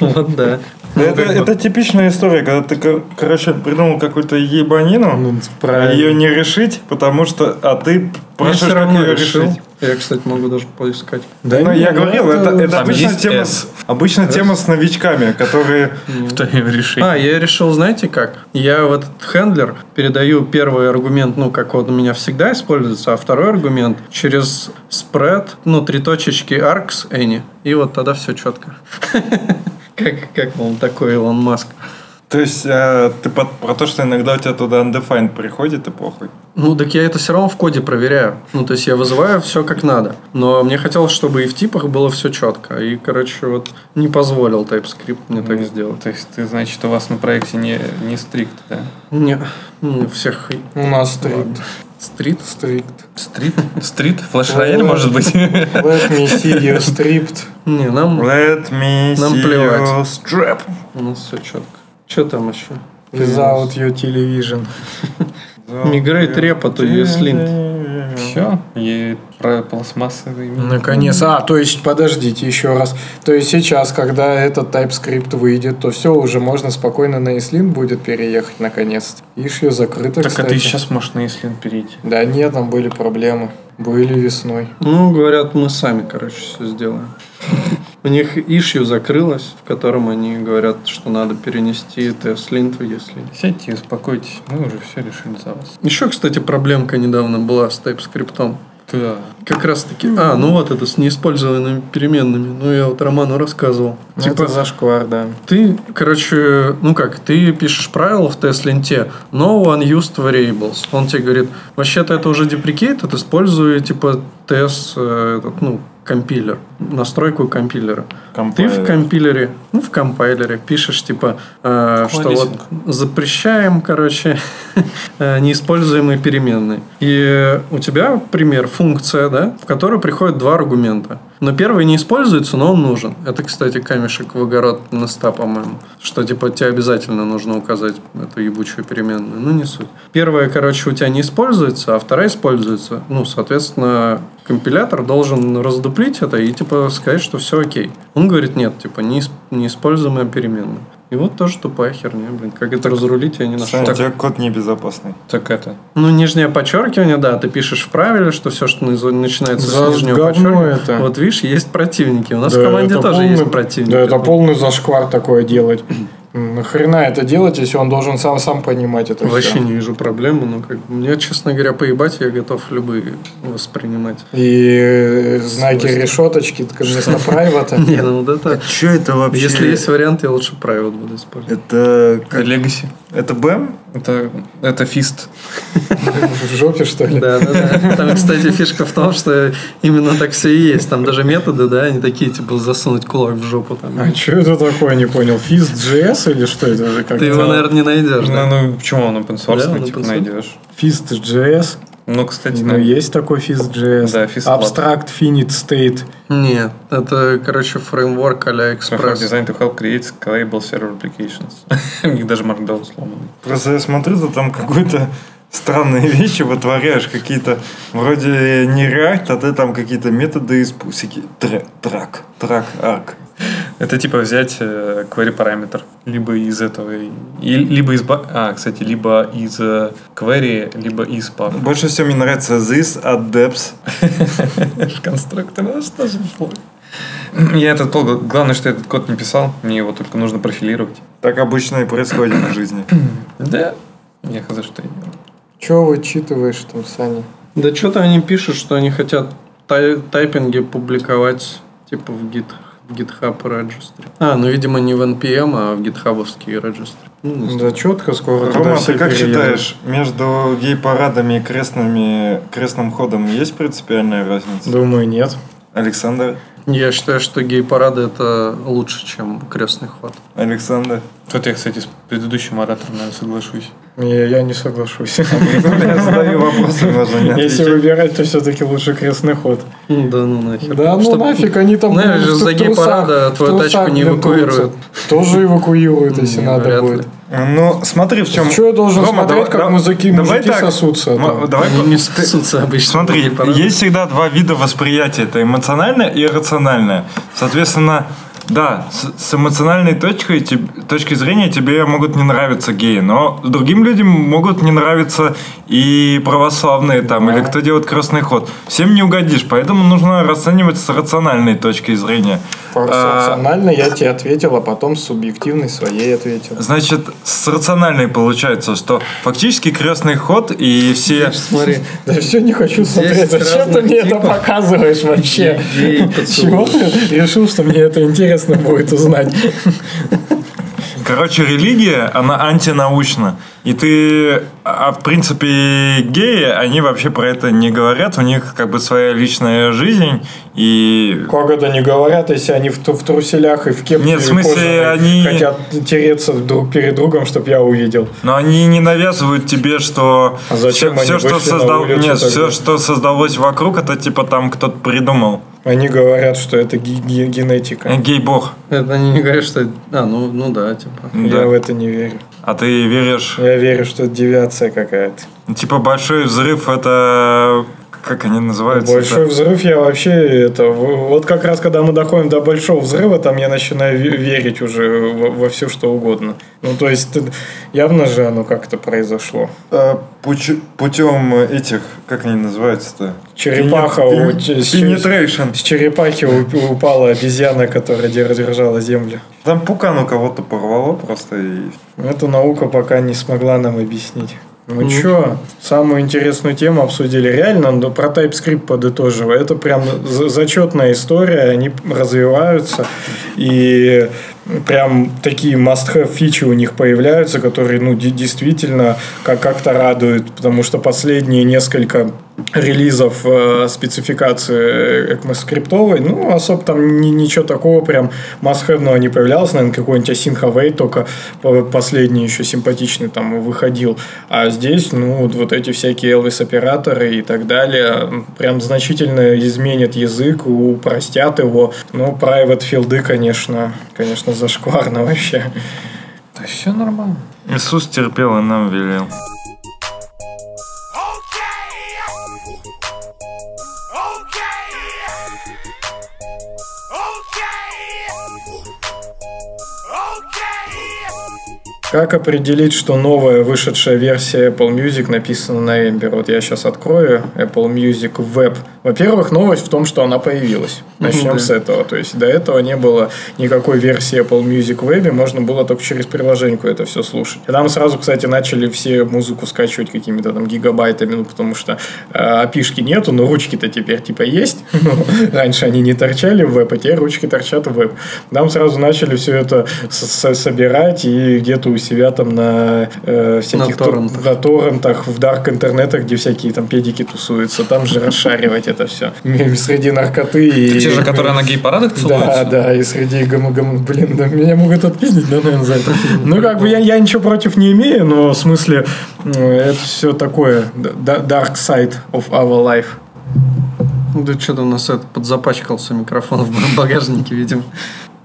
Speaker 3: Вот, да.
Speaker 1: это, это типичная история, когда ты, кор- короче, придумал какую-то ебанину, а ее не решить, потому что... А ты
Speaker 3: Я
Speaker 1: просишь,
Speaker 3: все
Speaker 1: как
Speaker 3: равно
Speaker 1: ее
Speaker 3: решил.
Speaker 1: решить.
Speaker 3: Я, кстати, могу даже поискать.
Speaker 4: Да
Speaker 1: Ну,
Speaker 4: не,
Speaker 1: я
Speaker 4: ну,
Speaker 1: говорил, это, это
Speaker 5: Там
Speaker 1: обычно,
Speaker 5: есть
Speaker 1: тема с,
Speaker 5: S.
Speaker 1: обычно тема с новичками, которые...
Speaker 5: В твоем решении.
Speaker 3: А, я решил, знаете как? Я в этот хендлер передаю первый аргумент, ну, как вот у меня всегда используется, а второй аргумент через спред, ну, три точечки arcs any. И вот тогда все четко. Как, как он такой, Илон Маск.
Speaker 1: То есть, э, ты под- про то, что иногда у тебя туда undefined приходит, и похуй.
Speaker 3: Ну, так я это все равно в коде проверяю. Ну, то есть я вызываю все как надо. Но мне хотелось, чтобы и в типах было все четко. И, короче, вот не позволил TypeScript мне так сделать.
Speaker 5: Ну, То есть, ты, значит, у вас на проекте не, не стрикт, да?
Speaker 3: Не, не всех
Speaker 4: У нас стрикт.
Speaker 3: стрит.
Speaker 4: Стрикт.
Speaker 5: Стрит? Стрит? Флэш
Speaker 4: Рояль, может
Speaker 5: быть?
Speaker 4: Let me see your stripped.
Speaker 3: Не, нам
Speaker 1: Let me
Speaker 3: Нам
Speaker 1: see
Speaker 3: плевать.
Speaker 1: you strip.
Speaker 3: У нас все четко. Что там еще?
Speaker 4: Without your television.
Speaker 3: Мигрейт репоту Юслинт.
Speaker 5: Все. И про пластмассовый мир.
Speaker 4: Наконец. А, то есть, подождите еще раз. То есть сейчас, когда этот TypeScript выйдет, то все уже можно спокойно на ESLint будет переехать наконец. Ишью закрыто,
Speaker 5: Так а
Speaker 4: кстати.
Speaker 5: ты сейчас можешь на Ислин перейти.
Speaker 4: Да нет, там были проблемы. Были весной.
Speaker 3: Ну, говорят, мы сами, короче, все сделаем. У них ишью закрылась, в котором они говорят, что надо перенести TS-линт в ESLint.
Speaker 5: Сядьте и успокойтесь, мы уже все решили за вас.
Speaker 3: Еще, кстати, проблемка недавно была с TypeScript.
Speaker 5: Да.
Speaker 3: Как раз таки... А, ну вот это с неиспользованными переменными. Ну, я вот Роману рассказывал.
Speaker 5: Ну,
Speaker 4: Типа зашквар, да.
Speaker 3: Ты, короче, ну как, ты пишешь правила в тест-ленте no unused variables. Он тебе говорит, вообще-то это уже деприкейт, используя типа TS, э, этот, ну, компилер, настройку компилера.
Speaker 1: Компайлер.
Speaker 3: Ты в компилере, ну, в компайлере пишешь, типа, э, что вот запрещаем, короче, э, неиспользуемые переменные. И у тебя пример, функция, да, в которую приходят два аргумента. Но первый не используется, но он нужен. Это, кстати, камешек в огород на 100, по-моему. Что, типа, тебе обязательно нужно указать эту ебучую переменную. Ну, не суть. Первая, короче, у тебя не используется, а вторая используется. Ну, соответственно, компилятор должен раздуплить это и, типа, сказать, что все окей. Он говорит, нет, типа, не исп- неиспользуемая переменная. И вот тоже тупая херня, блин. Как это разрулить, я не нашел.
Speaker 1: Саня, у
Speaker 3: А Так,
Speaker 1: тебя код небезопасный.
Speaker 5: Так это.
Speaker 3: ну, нижнее подчеркивание, да, ты пишешь в правиле, что все, что наз- начинается
Speaker 4: Да,
Speaker 3: с нижнего
Speaker 4: говно
Speaker 3: подчеркивания.
Speaker 4: это.
Speaker 3: Вот видишь, есть противники. У нас
Speaker 4: Да,
Speaker 3: в команде
Speaker 4: это
Speaker 3: тоже есть
Speaker 4: полный-
Speaker 3: противники.
Speaker 4: Да, это полный зашквар такое делать. М, Нахрена это делать, если он должен сам сам понимать это
Speaker 3: Вообще
Speaker 4: всё?
Speaker 3: не вижу проблемы, но как бы мне, честно говоря, поебать, я готов любые воспринимать.
Speaker 4: И э, знаки
Speaker 3: Свойства.
Speaker 4: решеточки, так вместо прайвата.
Speaker 3: Не, ну вот это...
Speaker 1: Че это вообще?
Speaker 3: Если есть вариант, я лучше правила буду использовать.
Speaker 1: Это... как-
Speaker 5: Легаси.
Speaker 1: Это БЭМ?
Speaker 5: Это, это фист.
Speaker 4: В жопе, что ли?
Speaker 3: Да, да, да. Там, кстати, фишка в том, что именно так все и есть. Там даже методы, да, они такие, типа, засунуть кулак в жопу. Там.
Speaker 4: А что это такое, не понял? Фист JS или что это же? как
Speaker 3: Ты его, наверное, не найдешь,
Speaker 5: Ну,
Speaker 3: да?
Speaker 5: ну, почему он open source,
Speaker 3: Да, он
Speaker 5: ну, типа,
Speaker 3: open source.
Speaker 5: найдешь?
Speaker 4: Фист JS?
Speaker 5: Ну, кстати,
Speaker 4: Ну,
Speaker 5: на-
Speaker 4: есть такой Fist JS.
Speaker 5: Да, Fist Lab.
Speaker 4: Abstract Finite State.
Speaker 3: Нет, это, короче, фреймворк а-ля
Speaker 5: Framework
Speaker 3: Экспресс.
Speaker 5: Design to help create scalable server applications. У них даже Markdown сломанный.
Speaker 1: Просто я смотрю, ты там какую-то странные вещи вытворяешь, какие-то вроде не React, а ты там какие-то методы из пусики. Тр- Трак, трак, арк.
Speaker 5: Это типа взять э, query параметр либо из этого, и- и- либо из... ба- А, кстати, либо из э, query, либо из path.
Speaker 1: Больше всего мне нравится this от Debs.
Speaker 5: Конструктор, а что же такое? Я этот код, главное, что я этот код не писал, мне его только нужно профилировать.
Speaker 1: Так обычно и происходит в жизни.
Speaker 5: Да. Я хз, что я делаю.
Speaker 4: Че вычитываешь там, Саня?
Speaker 3: Да что-то они пишут, что они хотят тай- тайпинги публиковать, типа, в Git в GitHub Registry. А, ну, видимо, не в NPM, а в гитхабовский Registry. Ну, не знаю.
Speaker 4: Да четко скоро туда
Speaker 1: Рома, а
Speaker 4: все
Speaker 1: ты как
Speaker 4: переедут.
Speaker 1: считаешь, между гей-парадами и крестными, крестным ходом есть принципиальная разница?
Speaker 4: Думаю, нет.
Speaker 1: Александр?
Speaker 3: Я считаю, что гей-парады это лучше, чем крестный ход.
Speaker 1: Александр?
Speaker 5: Тут я, кстати, с предыдущим оратором, наверное, соглашусь.
Speaker 4: Я, я не
Speaker 1: А,
Speaker 4: соглашусь.
Speaker 1: Я задаю вопросы, можно не
Speaker 4: Если
Speaker 1: отвечать.
Speaker 4: выбирать, то все-таки лучше крестный ход.
Speaker 3: Ну Да ну нахер.
Speaker 4: Да ну
Speaker 3: Чтоб-
Speaker 4: нафиг, они там
Speaker 3: Знаешь,
Speaker 4: ну, в
Speaker 3: за
Speaker 4: трусах-
Speaker 3: гей-парада
Speaker 4: в
Speaker 3: твою
Speaker 4: трусах,
Speaker 3: тачку не
Speaker 4: блин,
Speaker 3: эвакуируют.
Speaker 4: трутся. Тоже эвакуируют, если
Speaker 3: Не,
Speaker 4: надо
Speaker 3: вряд ли.
Speaker 4: будет.
Speaker 1: Ну, смотри, в чем...
Speaker 4: Чё я должен смотреть, как мужики-
Speaker 1: давай
Speaker 4: мужики сосутся
Speaker 1: Ма-
Speaker 4: там?
Speaker 1: Давай,
Speaker 3: Они не
Speaker 1: ты-
Speaker 3: сосутся обычно.
Speaker 1: Смотри,
Speaker 3: гей-парады.
Speaker 1: есть всегда два вида восприятия. Это эмоциональное и рациональное. Соответственно, да, с, с эмоциональной точкой, теб- точки зрения тебе могут не нравиться геи, но другим людям могут не нравиться и православные там, или кто делает крестный ход. Всем не угодишь, поэтому нужно расценивать с рациональной точки зрения. А,
Speaker 4: Рационально я тебе ответил, а потом с субъективной своей ответил.
Speaker 1: Значит, с рациональной получается, что фактически крестный ход и все...
Speaker 3: Смотри,
Speaker 4: Да все не хочу смотреть. Зачем ты
Speaker 3: разных
Speaker 4: мне это
Speaker 3: типов.
Speaker 4: показываешь вообще?
Speaker 3: гей
Speaker 4: Чего
Speaker 3: поцелуй.
Speaker 4: ты решил, что мне это интересно будет узнать?
Speaker 1: Короче, религия, она антинаучна. И ты... А в принципе, геи, они вообще про это не говорят. У них как бы своя личная жизнь. И...
Speaker 4: Как это не говорят, если они в, ту- в труселях и в кепке
Speaker 1: Нет, в смысле,
Speaker 4: кожаной
Speaker 1: они-
Speaker 4: хотят тереться друг перед другом, чтобы я увидел.
Speaker 1: Но они не навязывают тебе, что...
Speaker 4: А зачем
Speaker 1: все,
Speaker 4: они
Speaker 1: что
Speaker 4: вышли на
Speaker 1: создал...
Speaker 4: улицу
Speaker 1: Нет,
Speaker 4: тогда?
Speaker 1: все, что создалось вокруг, это типа там кто-то придумал.
Speaker 4: Они говорят, что это ге- ге-
Speaker 1: Э,
Speaker 4: генетика.
Speaker 1: Гей-бог.
Speaker 3: Это они не говорят, что... А, ну, ну да, типа.
Speaker 1: Да.
Speaker 4: Я в это не верю.
Speaker 1: А ты веришь...
Speaker 4: Я верю, что это девиация какая-то.
Speaker 1: Типа большой взрыв это... Как они называются?
Speaker 4: Большой взрыв я вообще это в- вот как раз когда мы доходим до большого взрыва, там я начинаю ве- верить уже во, во все что угодно. Ну то есть ты- явно же оно как-то произошло.
Speaker 1: путем А, этих, как они называются-то?
Speaker 4: Черепаха у- ч- с-
Speaker 1: Penetration.
Speaker 4: С черепахи у- упала обезьяна, которая держала землю.
Speaker 1: Там пукан у кого-то порвало просто и...
Speaker 4: Эта наука пока не смогла нам объяснить. Ну чё, самую интересную тему обсудили. Реально, ну, про TypeScript подытоживаю. Это прям за- зачетная история, они развиваются, и прям такие must-have фичи у них появляются, которые ну, де- действительно как- как-то радуют, потому что последние несколько релизов э, спецификации э, ECMAScript'овой, ну, особо там ни- ничего такого прям масхевного не появлялось, наверное, какой-нибудь Async Await только по- последний еще симпатичный там выходил, а здесь, ну, вот, вот эти всякие Elvis-операторы и так далее, м, прям значительно изменят язык, упростят его, ну, private филды, конечно, конечно, зашкварно вообще.
Speaker 5: Да все нормально.
Speaker 1: Иисус терпел и нам велел.
Speaker 6: Okay. Okay. Okay.
Speaker 4: Как определить, что новая вышедшая версия Apple Music написана на Ember? Вот я сейчас открою Apple Music Web. Во-первых, новость в том, что она появилась. Начнем
Speaker 3: да.
Speaker 4: с этого. То есть до этого не было никакой версии Apple Music Web, и можно было только через приложеньку это все слушать. И там сразу, кстати, начали все музыку скачивать какими-то там гигабайтами, ну, потому что э, API-шки нету, но ручки-то теперь типа есть. Ну, Раньше они не торчали в веб, а теперь ручки торчат в веб. Там сразу начали все это с- с- собирать и где-то у себя там на э, всяких
Speaker 3: На торрентах.
Speaker 4: тор- на торрентах, в дарк интернетах, где всякие там педики тусуются, там же расшаривать это все. Среди наркоты и...
Speaker 5: Те же, которые на гей-парадах
Speaker 4: Да,
Speaker 5: целуются?
Speaker 4: да, и среди гам гам- блин, да меня могут отпиздить, да, наверное, за это. Ну, как бы я, я ничего против не имею, но в смысле, м, это все такое, да- да- dark side of our life.
Speaker 3: Ну, Да что-то у нас это подзапачкался микрофон в багажнике, видимо.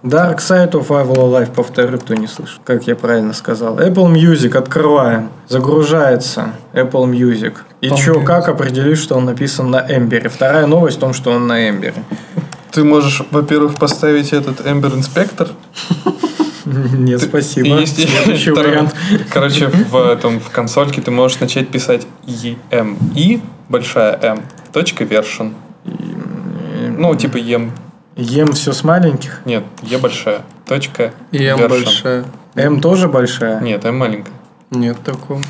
Speaker 4: Dark Side of Evil Alive, повторю, кто не слышит. Как я правильно сказал. Apple Music, открываем. Загружается Apple Music. И чё, как определить, что он написан на Эмбере? Вторая новость в том, что он на Эмбере.
Speaker 5: Ты можешь, во-первых, поставить этот Ember Inspector.
Speaker 4: Нет, спасибо.
Speaker 5: И есть
Speaker 4: Следующий
Speaker 5: второй.
Speaker 4: вариант.
Speaker 5: Короче, в, этом, в консольке ты можешь начать писать EMI, большая M, точка version. Ну, типа EM.
Speaker 4: Ем все с маленьких.
Speaker 5: Нет, E большая. Точка
Speaker 3: И М
Speaker 5: version.
Speaker 3: большая.
Speaker 4: М тоже большая?
Speaker 5: Нет, M маленькая.
Speaker 3: Нет такого.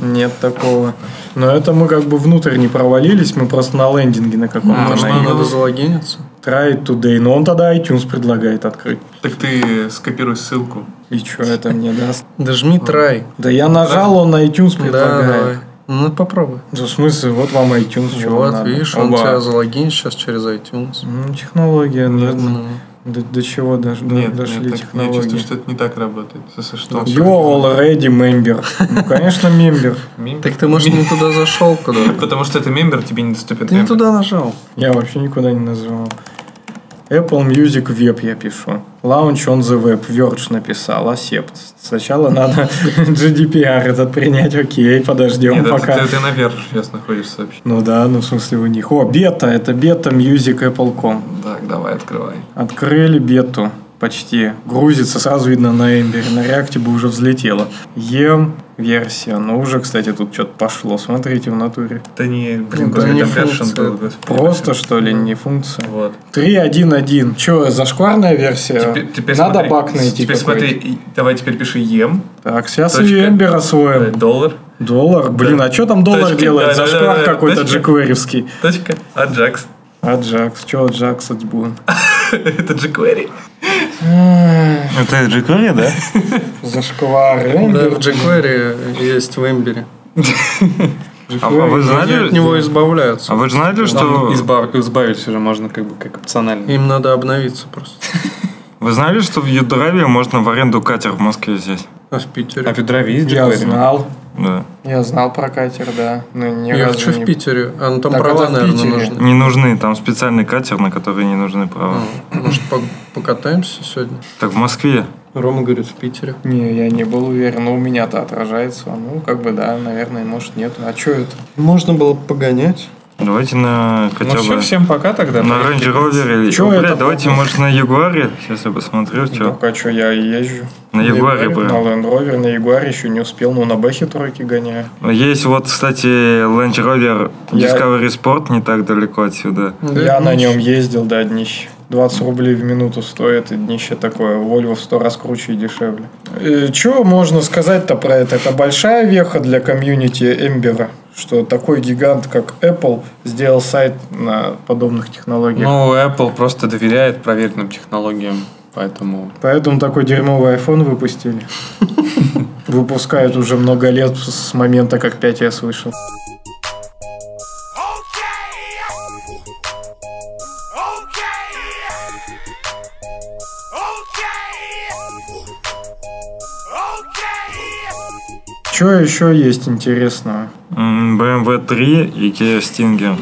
Speaker 4: Нет такого. Но это мы как бы внутрь не провалились, мы просто на лендинге на каком-то
Speaker 3: Может, нам надо
Speaker 4: наехали.
Speaker 3: залогиниться?
Speaker 4: Try it today. Но он тогда iTunes предлагает открыть.
Speaker 5: Так ты скопируй ссылку.
Speaker 4: И что это мне даст?
Speaker 3: Да жми трай.
Speaker 4: Да я нажал, он на iTunes
Speaker 3: Да, давай.
Speaker 4: предлагает.
Speaker 3: Ну, попробуй.
Speaker 4: Да, в смысле, вот вам iTunes, чего вам
Speaker 3: Вот,
Speaker 4: надо.
Speaker 3: видишь, он
Speaker 4: Оба.
Speaker 3: тебя залогинит сейчас через iTunes.
Speaker 4: Ну, технология, ну,
Speaker 3: Ну,
Speaker 4: до, до чего дош- до- дошли технологии.
Speaker 5: это не так работает. Что?
Speaker 4: You already member. Ну, конечно, мембер.
Speaker 3: Так ты, может, не туда зашел куда-то?
Speaker 5: Потому что это мембер, тебе недоступен
Speaker 3: Ты не Ну, туда нажал.
Speaker 4: Я вообще никуда не называл. Apple Music Web я пишу. Launch on the Web. Verge написал. Accept. Сначала надо GDPR этот принять. Окей, подождем пока.
Speaker 5: наверх сейчас находишься вообще.
Speaker 4: Ну да, ну в смысле у них. О, бета. Это бета Music Apple.com.
Speaker 5: Так, давай, открывай.
Speaker 4: Открыли бету почти. Грузится, сразу видно на Эмбере. На реакте бы уже взлетело. Ем версия. Ну уже, кстати, тут что-то пошло. Смотрите в натуре.
Speaker 5: Да не, блин,
Speaker 3: Ну, да не функция.
Speaker 4: Просто, что ли, не функция?
Speaker 5: Вот.
Speaker 4: 3.1.1. Че, зашкварная версия?
Speaker 5: Теперь, теперь
Speaker 4: Надо
Speaker 5: смотри,
Speaker 4: баг найти.
Speaker 5: Теперь
Speaker 4: какой-то.
Speaker 5: смотри, и- давай теперь пиши ем,
Speaker 4: Так, сейчас
Speaker 5: Точка.
Speaker 4: и Эмбер освоим.
Speaker 5: э, доллар,
Speaker 4: Доллар? Блин, а что там доллар
Speaker 5: Точка,
Speaker 4: делает?
Speaker 5: да, да,
Speaker 4: Зашквар
Speaker 5: да, да,
Speaker 4: какой-то А
Speaker 5: точка.
Speaker 4: джекверевский.
Speaker 5: точка, аджакс.
Speaker 4: Аджакс. Че Аджакс отбун?
Speaker 5: Это jQuery.
Speaker 1: Это jQuery, да?
Speaker 4: Зашквар.
Speaker 3: Да,
Speaker 4: Эмбер.
Speaker 3: в jQuery есть в Эмбере. ну,
Speaker 1: А, а вы
Speaker 3: Они от
Speaker 1: знали?
Speaker 3: него избавляются.
Speaker 1: А вы же
Speaker 5: Ну,
Speaker 1: знали, что
Speaker 5: Избав- избавить уже можно как бы как опционально.
Speaker 3: Им надо обновиться просто.
Speaker 1: вы знали, что в Юдраве можно в аренду катер в Москве взять?
Speaker 3: А в
Speaker 5: А
Speaker 3: Питере?
Speaker 5: в Ведрове есть
Speaker 4: Я
Speaker 5: jQuery?
Speaker 4: знал.
Speaker 1: Да.
Speaker 4: Я знал про катер, да. Но ни
Speaker 3: Я
Speaker 4: разу
Speaker 3: хочу
Speaker 4: не-
Speaker 3: в Питере. А ну там
Speaker 4: Так,
Speaker 3: права,
Speaker 4: это в
Speaker 3: наверное,
Speaker 4: Питере.
Speaker 3: нужны.
Speaker 1: Не нужны там специальный катер, на который не нужны права.
Speaker 3: А, Может, по- покатаемся сегодня?
Speaker 1: Так в Москве.
Speaker 3: Рома говорит, в Питере.
Speaker 4: Не, я не был уверен, но у меня-то отражается. Ну, как бы да, наверное, может нет. А что это?
Speaker 3: Можно было погонять.
Speaker 1: Давайте на
Speaker 5: Ну
Speaker 1: хотя
Speaker 5: все,
Speaker 1: бы.
Speaker 5: всем пока тогда.
Speaker 1: На Range Rover или...
Speaker 4: Чё
Speaker 1: О,
Speaker 4: это
Speaker 1: бля, давайте,
Speaker 4: было?
Speaker 1: может, на Ягуаре? Сейчас я посмотрю, что.
Speaker 4: Так, а что, я и езжу.
Speaker 1: На Ягуаре,
Speaker 4: На
Speaker 1: бля.
Speaker 4: Land Rover, на Ягуаре еще не успел, но на Бэхе тройки гоняю.
Speaker 1: Есть вот, кстати, Range Rover
Speaker 4: Я-
Speaker 1: Discovery Sport не так далеко отсюда.
Speaker 4: я на нем ездил, да, днище. 20 рублей в минуту стоит, и днище такое. Вольво в 100 раз круче и дешевле. Чего Э, можно сказать-то про это? Это большая веха для комьюнити Эмбера, что такой гигант, как Apple, сделал сайт на подобных технологиях.
Speaker 5: Ну, Apple просто доверяет проверенным технологиям, поэтому...
Speaker 4: Поэтому такой дерьмовый iPhone выпустили. Выпускают уже много лет с с момента, как 5S вышел.
Speaker 6: Okay. Okay. Okay. Okay.
Speaker 4: Что еще есть интересного?
Speaker 1: М, BMW 3 и Kia Stinger.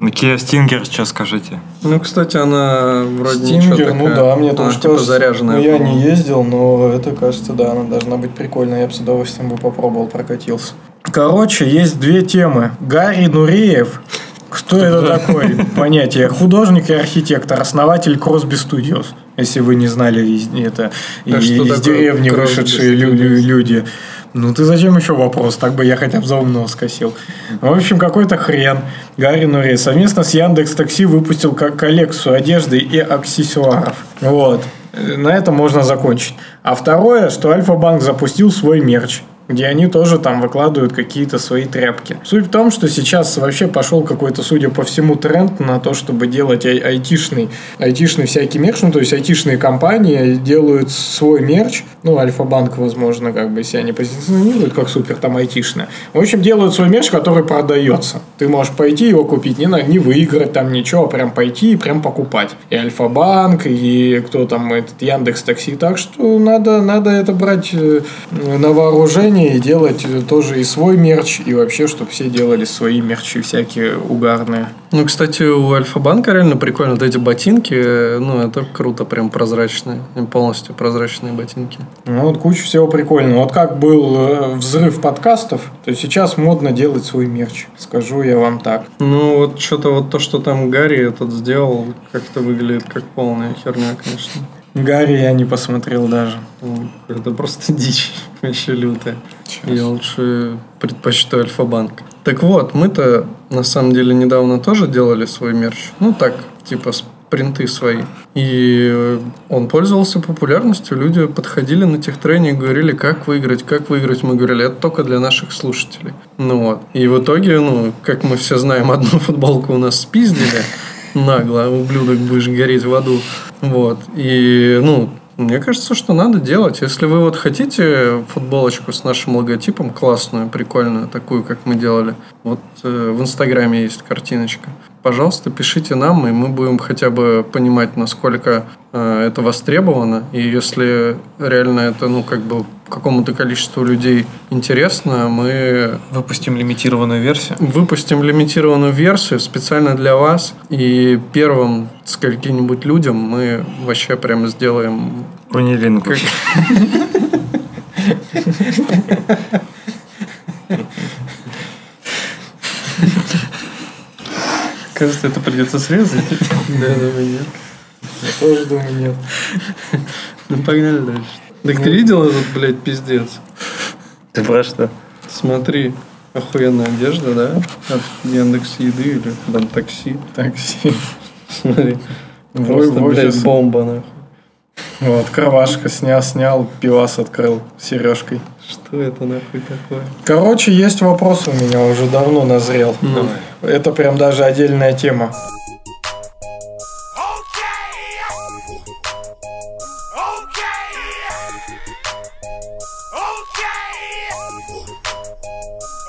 Speaker 1: Ну, Kia Stinger, что скажите?
Speaker 3: Ну, кстати, она вроде ничего
Speaker 4: Стингер,
Speaker 3: такая.
Speaker 4: ну да, мне
Speaker 3: Она
Speaker 4: тоже
Speaker 3: типа
Speaker 4: кажется,
Speaker 3: заряженная.
Speaker 4: Ну, я
Speaker 3: по-моему.
Speaker 4: не ездил, но это, кажется, да, она должна быть прикольная. Я бы с удовольствием бы попробовал, прокатился. Короче, есть две темы. Гарри Нуреев. Кто это такой? Понятие. Художник и архитектор, основатель Кросби Studios. Если вы не знали из- это, и-
Speaker 3: А что
Speaker 4: из
Speaker 3: такое
Speaker 4: деревни
Speaker 3: Crosby
Speaker 4: вышедшие лю- лю-
Speaker 3: Studios?
Speaker 4: люди. Ну ты зачем еще вопрос? Так бы я хотя бы за умного скосил. В общем, какой-то хрен. Гарри Нури совместно с Яндекс Такси выпустил как коллекцию одежды и аксессуаров. Вот. Э, На этом можно закончить. А второе, что Альфа-банк запустил свой мерч где они тоже там выкладывают какие-то свои тряпки. Суть в том, что сейчас вообще пошел какой-то, судя по всему, тренд на то, чтобы делать ай- айтишный, айтишный всякий мерч, ну, то есть айтишные компании делают свой мерч, ну, Альфа-банк, возможно, как бы себя не позиционирует как супер там айтишная. В общем, делают свой мерч, который продается. Ты можешь пойти его купить, не, на- не выиграть там ничего, а прям пойти и прям покупать. И Альфа-банк, и кто там, этот Яндекс Такси. Так что надо, надо это брать э, на вооружение и делать э, тоже и свой мерч, и вообще, чтобы все делали свои мерчи всякие угарные.
Speaker 3: Ну, кстати, у Альфа-банка реально прикольно. Вот эти ботинки, э, ну, это круто, прям прозрачные. Им Полностью прозрачные ботинки.
Speaker 4: Ну, вот куча всего прикольного. Вот как был э, взрыв подкастов, то сейчас модно делать свой мерч. Скажу я вам так.
Speaker 3: Ну, вот что-то вот то, что там Гарри этот сделал, как-то выглядит как полная херня, конечно.
Speaker 4: Гарри я не посмотрел даже.
Speaker 3: Ну, Это просто дичь вообще лютая. Я лучше предпочиту Альфа-банк. Так вот, мы-то на самом деле недавно тоже делали свой мерч. Ну так, типа с- принты свои. И э, он пользовался популярностью. Люди подходили на техтрейне и говорили, как выиграть, как выиграть. Мы говорили, это только для наших слушателей. Ну вот. И в итоге, ну, как мы все знаем, одну футболку у нас спиздили нагло, ублюдок будешь гореть в аду. Вот. И, ну, мне кажется, что надо делать. Если вы вот хотите футболочку с нашим логотипом, классную, прикольную, такую, как мы делали, вот э, в Инстаграме есть картиночка. Пожалуйста, пишите нам, и мы будем хотя бы понимать, насколько э, это востребовано. И если реально это, ну, как бы какому-то количеству людей интересно, мы
Speaker 5: Выпустим лимитированную версию.
Speaker 3: Выпустим лимитированную версию специально для вас. И первым скольки-нибудь людям мы вообще прям сделаем...
Speaker 1: Унилингус.
Speaker 5: Кажется, это придется срезать.
Speaker 3: Да, да, нет.
Speaker 4: Я тоже думаю, нет.
Speaker 3: Ну, погнали дальше. Так ты видел этот, блядь, пиздец?
Speaker 1: Ты про что?
Speaker 3: Смотри, охуенная одежда, да? От Яндекс еды или там такси.
Speaker 4: Такси.
Speaker 3: Смотри.
Speaker 4: Вой-
Speaker 3: Просто,
Speaker 4: в офис.
Speaker 3: блядь, бомба, нахуй.
Speaker 4: Вот, кровашка Ну, снял, снял, пивас открыл сережкой.
Speaker 3: Что это нахуй такое?
Speaker 4: Короче, есть вопрос у меня, уже давно назрел.
Speaker 1: Ну.
Speaker 4: Это прям даже отдельная тема.
Speaker 6: Okay. Okay.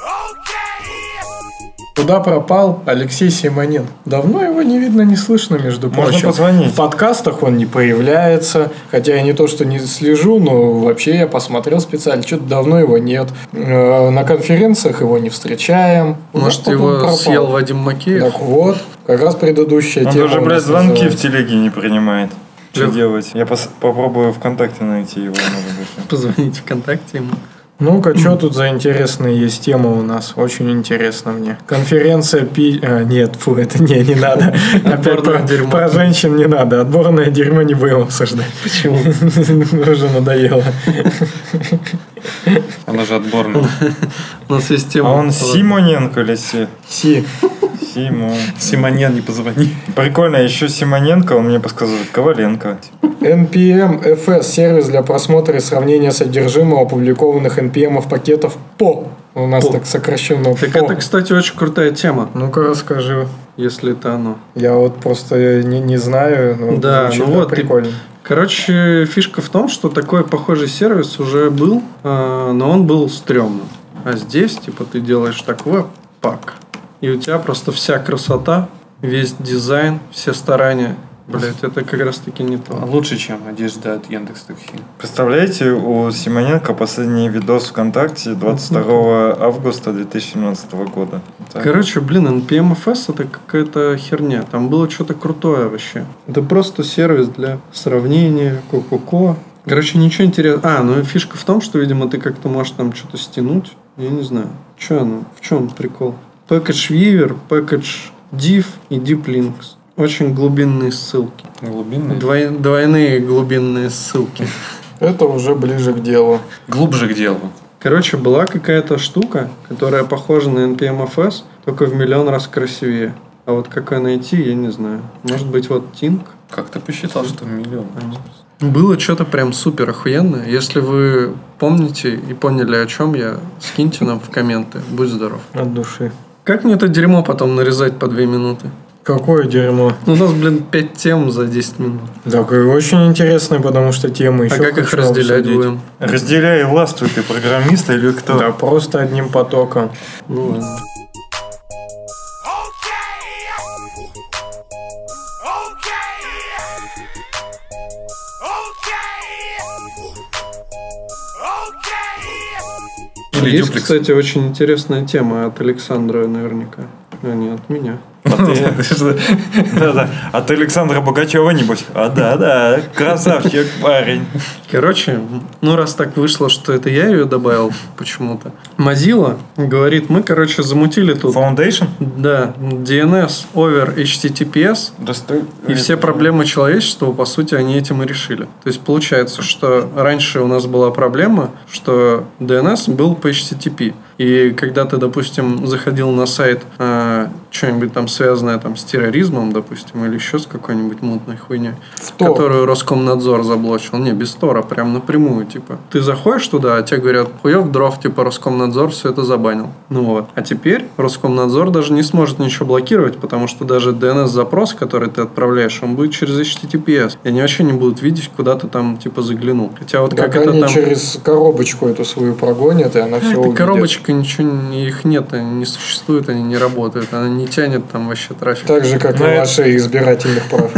Speaker 6: Okay. Okay.
Speaker 4: Куда пропал Алексей Симонин? Давно его не видно, не слышно, между прочим.
Speaker 1: Можно позвонить.
Speaker 4: В подкастах он не появляется. Хотя я не то, что не слежу, но вообще я посмотрел специально. Что-то давно его нет. Э, На конференциях его не встречаем.
Speaker 3: Может,
Speaker 4: Вот он
Speaker 3: его
Speaker 4: пропал.
Speaker 3: съел Вадим Макеев?
Speaker 4: Так вот, как раз предыдущая
Speaker 1: Он
Speaker 4: тема.
Speaker 1: даже,
Speaker 4: у
Speaker 1: блядь,
Speaker 4: нас
Speaker 1: звонки
Speaker 4: называется.
Speaker 1: в телеге не принимает. Что
Speaker 3: Лёх.
Speaker 1: делать? Я пос- попробую ВКонтакте найти его, может быть.
Speaker 3: Позвонить ВКонтакте ему.
Speaker 4: Ну-ка, что тут за интересная есть тема у нас? Очень интересно мне. Конференция пи... а, нет, фу, это не, не надо. Опять
Speaker 3: Отборное
Speaker 4: про,
Speaker 3: дерьмо.
Speaker 4: про женщин не надо. Отборное дерьмо не будем обсуждать. Почему? Уже надоело.
Speaker 5: Она же отборная.
Speaker 3: У нас есть
Speaker 1: А
Speaker 3: тема.
Speaker 1: он Симоненко или Си?
Speaker 4: Си.
Speaker 1: Симон.
Speaker 5: Симоньян, не позвони.
Speaker 1: Прикольно, еще Симоненко, он мне подсказал, Коваленко.
Speaker 4: NPM FS сервис для просмотра и сравнения содержимого опубликованных NPM пакетов по. У нас
Speaker 3: По.
Speaker 4: так сокращенно.
Speaker 3: Так
Speaker 4: по.
Speaker 3: это, кстати, очень крутая тема,
Speaker 4: Ну-ка расскажи.
Speaker 3: если это оно.
Speaker 4: Я вот просто не, не знаю. но
Speaker 3: Да,
Speaker 4: звучит
Speaker 3: ну
Speaker 4: так
Speaker 3: вот, ты-
Speaker 4: прикольно.
Speaker 3: Короче, фишка в том, что такой похожий сервис уже был, э, но он был стрёмным. А здесь, типа, ты делаешь такое пак. И у тебя просто вся красота весь дизайн, все старания. Блять, это как раз таки не то.
Speaker 5: Лучше, чем одежда от Яндекс Такси.
Speaker 1: Представляете, у Симоненко последний видос ВКонтакте 22 августа 2017 года. Так.
Speaker 3: Короче, блин, NPMFS это какая-то херня. Там было что-то крутое вообще. Это просто сервис для сравнения, ко-ко-ко. Короче, ничего интересного. А, ну и фишка в том, что, видимо, ты как-то можешь там что-то стянуть. Я не знаю. Че оно? В чем прикол? Package Weaver, Package Div и Deep Links. Очень глубинные ссылки.
Speaker 5: Глубинный.
Speaker 3: Двой- двойные глубинные ссылки.
Speaker 4: Это уже ближе к делу.
Speaker 5: Глубже к делу.
Speaker 3: Короче, была какая-то штука, которая похожа на NPMFS, только в миллион раз красивее. А вот как ее найти, я не знаю. Может быть, вот Тинг?
Speaker 5: Как ты посчитал, что миллион?
Speaker 3: Было что-то прям супер охуенное. Если вы помните и поняли, о чем я, скиньте нам в комменты. Будь здоров.
Speaker 4: От души.
Speaker 3: Как мне это дерьмо потом нарезать по две минуты?
Speaker 4: Какое дерьмо.
Speaker 3: Ну, У нас, блин, 5 тем за 10 минут.
Speaker 4: Так и очень интересно, потому что темы еще
Speaker 3: а как их
Speaker 4: хочу
Speaker 3: разделять
Speaker 4: обсудить.
Speaker 3: будем?
Speaker 1: Разделяй власть, ты программист или кто?
Speaker 4: Да, просто одним потоком.
Speaker 3: Ну, ладно.
Speaker 5: Или
Speaker 3: Есть,
Speaker 5: дюплекс.
Speaker 3: кстати, очень интересная тема от Александра наверняка. А не от меня.
Speaker 1: А ты- что- Да-да. А ты Александра Богачева, небось? А да-да, красавчик парень.
Speaker 3: Короче, ну раз так вышло, что это я ее добавил почему-то. Mozilla говорит, мы, короче, замутили тут.
Speaker 1: Foundation?
Speaker 3: Да, DNS over HTTPS, и все проблемы человечества, по сути, они этим и решили. То есть получается, что раньше у нас была проблема, что DNS был по HTTP. И когда ты, допустим, заходил на сайт э, что-нибудь там связанное там, с терроризмом, допустим, или еще с какой-нибудь мутной хуйней,
Speaker 4: Тор.
Speaker 3: которую Роскомнадзор заблочил. Не, без Тора, прям напрямую, типа. Ты заходишь туда, а тебе говорят, хуев дров, типа Роскомнадзор все это забанил. Ну вот. А теперь Роскомнадзор даже не сможет ничего блокировать, потому что даже DNS-запрос, который ты отправляешь, он будет через HTTPS. И они вообще не будут видеть, куда ты там, типа, заглянул. Хотя вот
Speaker 4: Как
Speaker 3: как это
Speaker 4: они
Speaker 3: там... Ну,
Speaker 4: через коробочку эту свою прогонят, и она все
Speaker 3: Эта
Speaker 4: увидит.
Speaker 3: коробочка, ничего, не- их нет, они не существуют, они не работают, она не тянет там вообще трафик.
Speaker 4: Так же, как и
Speaker 1: Ну, это-
Speaker 4: ваши избирательных прав.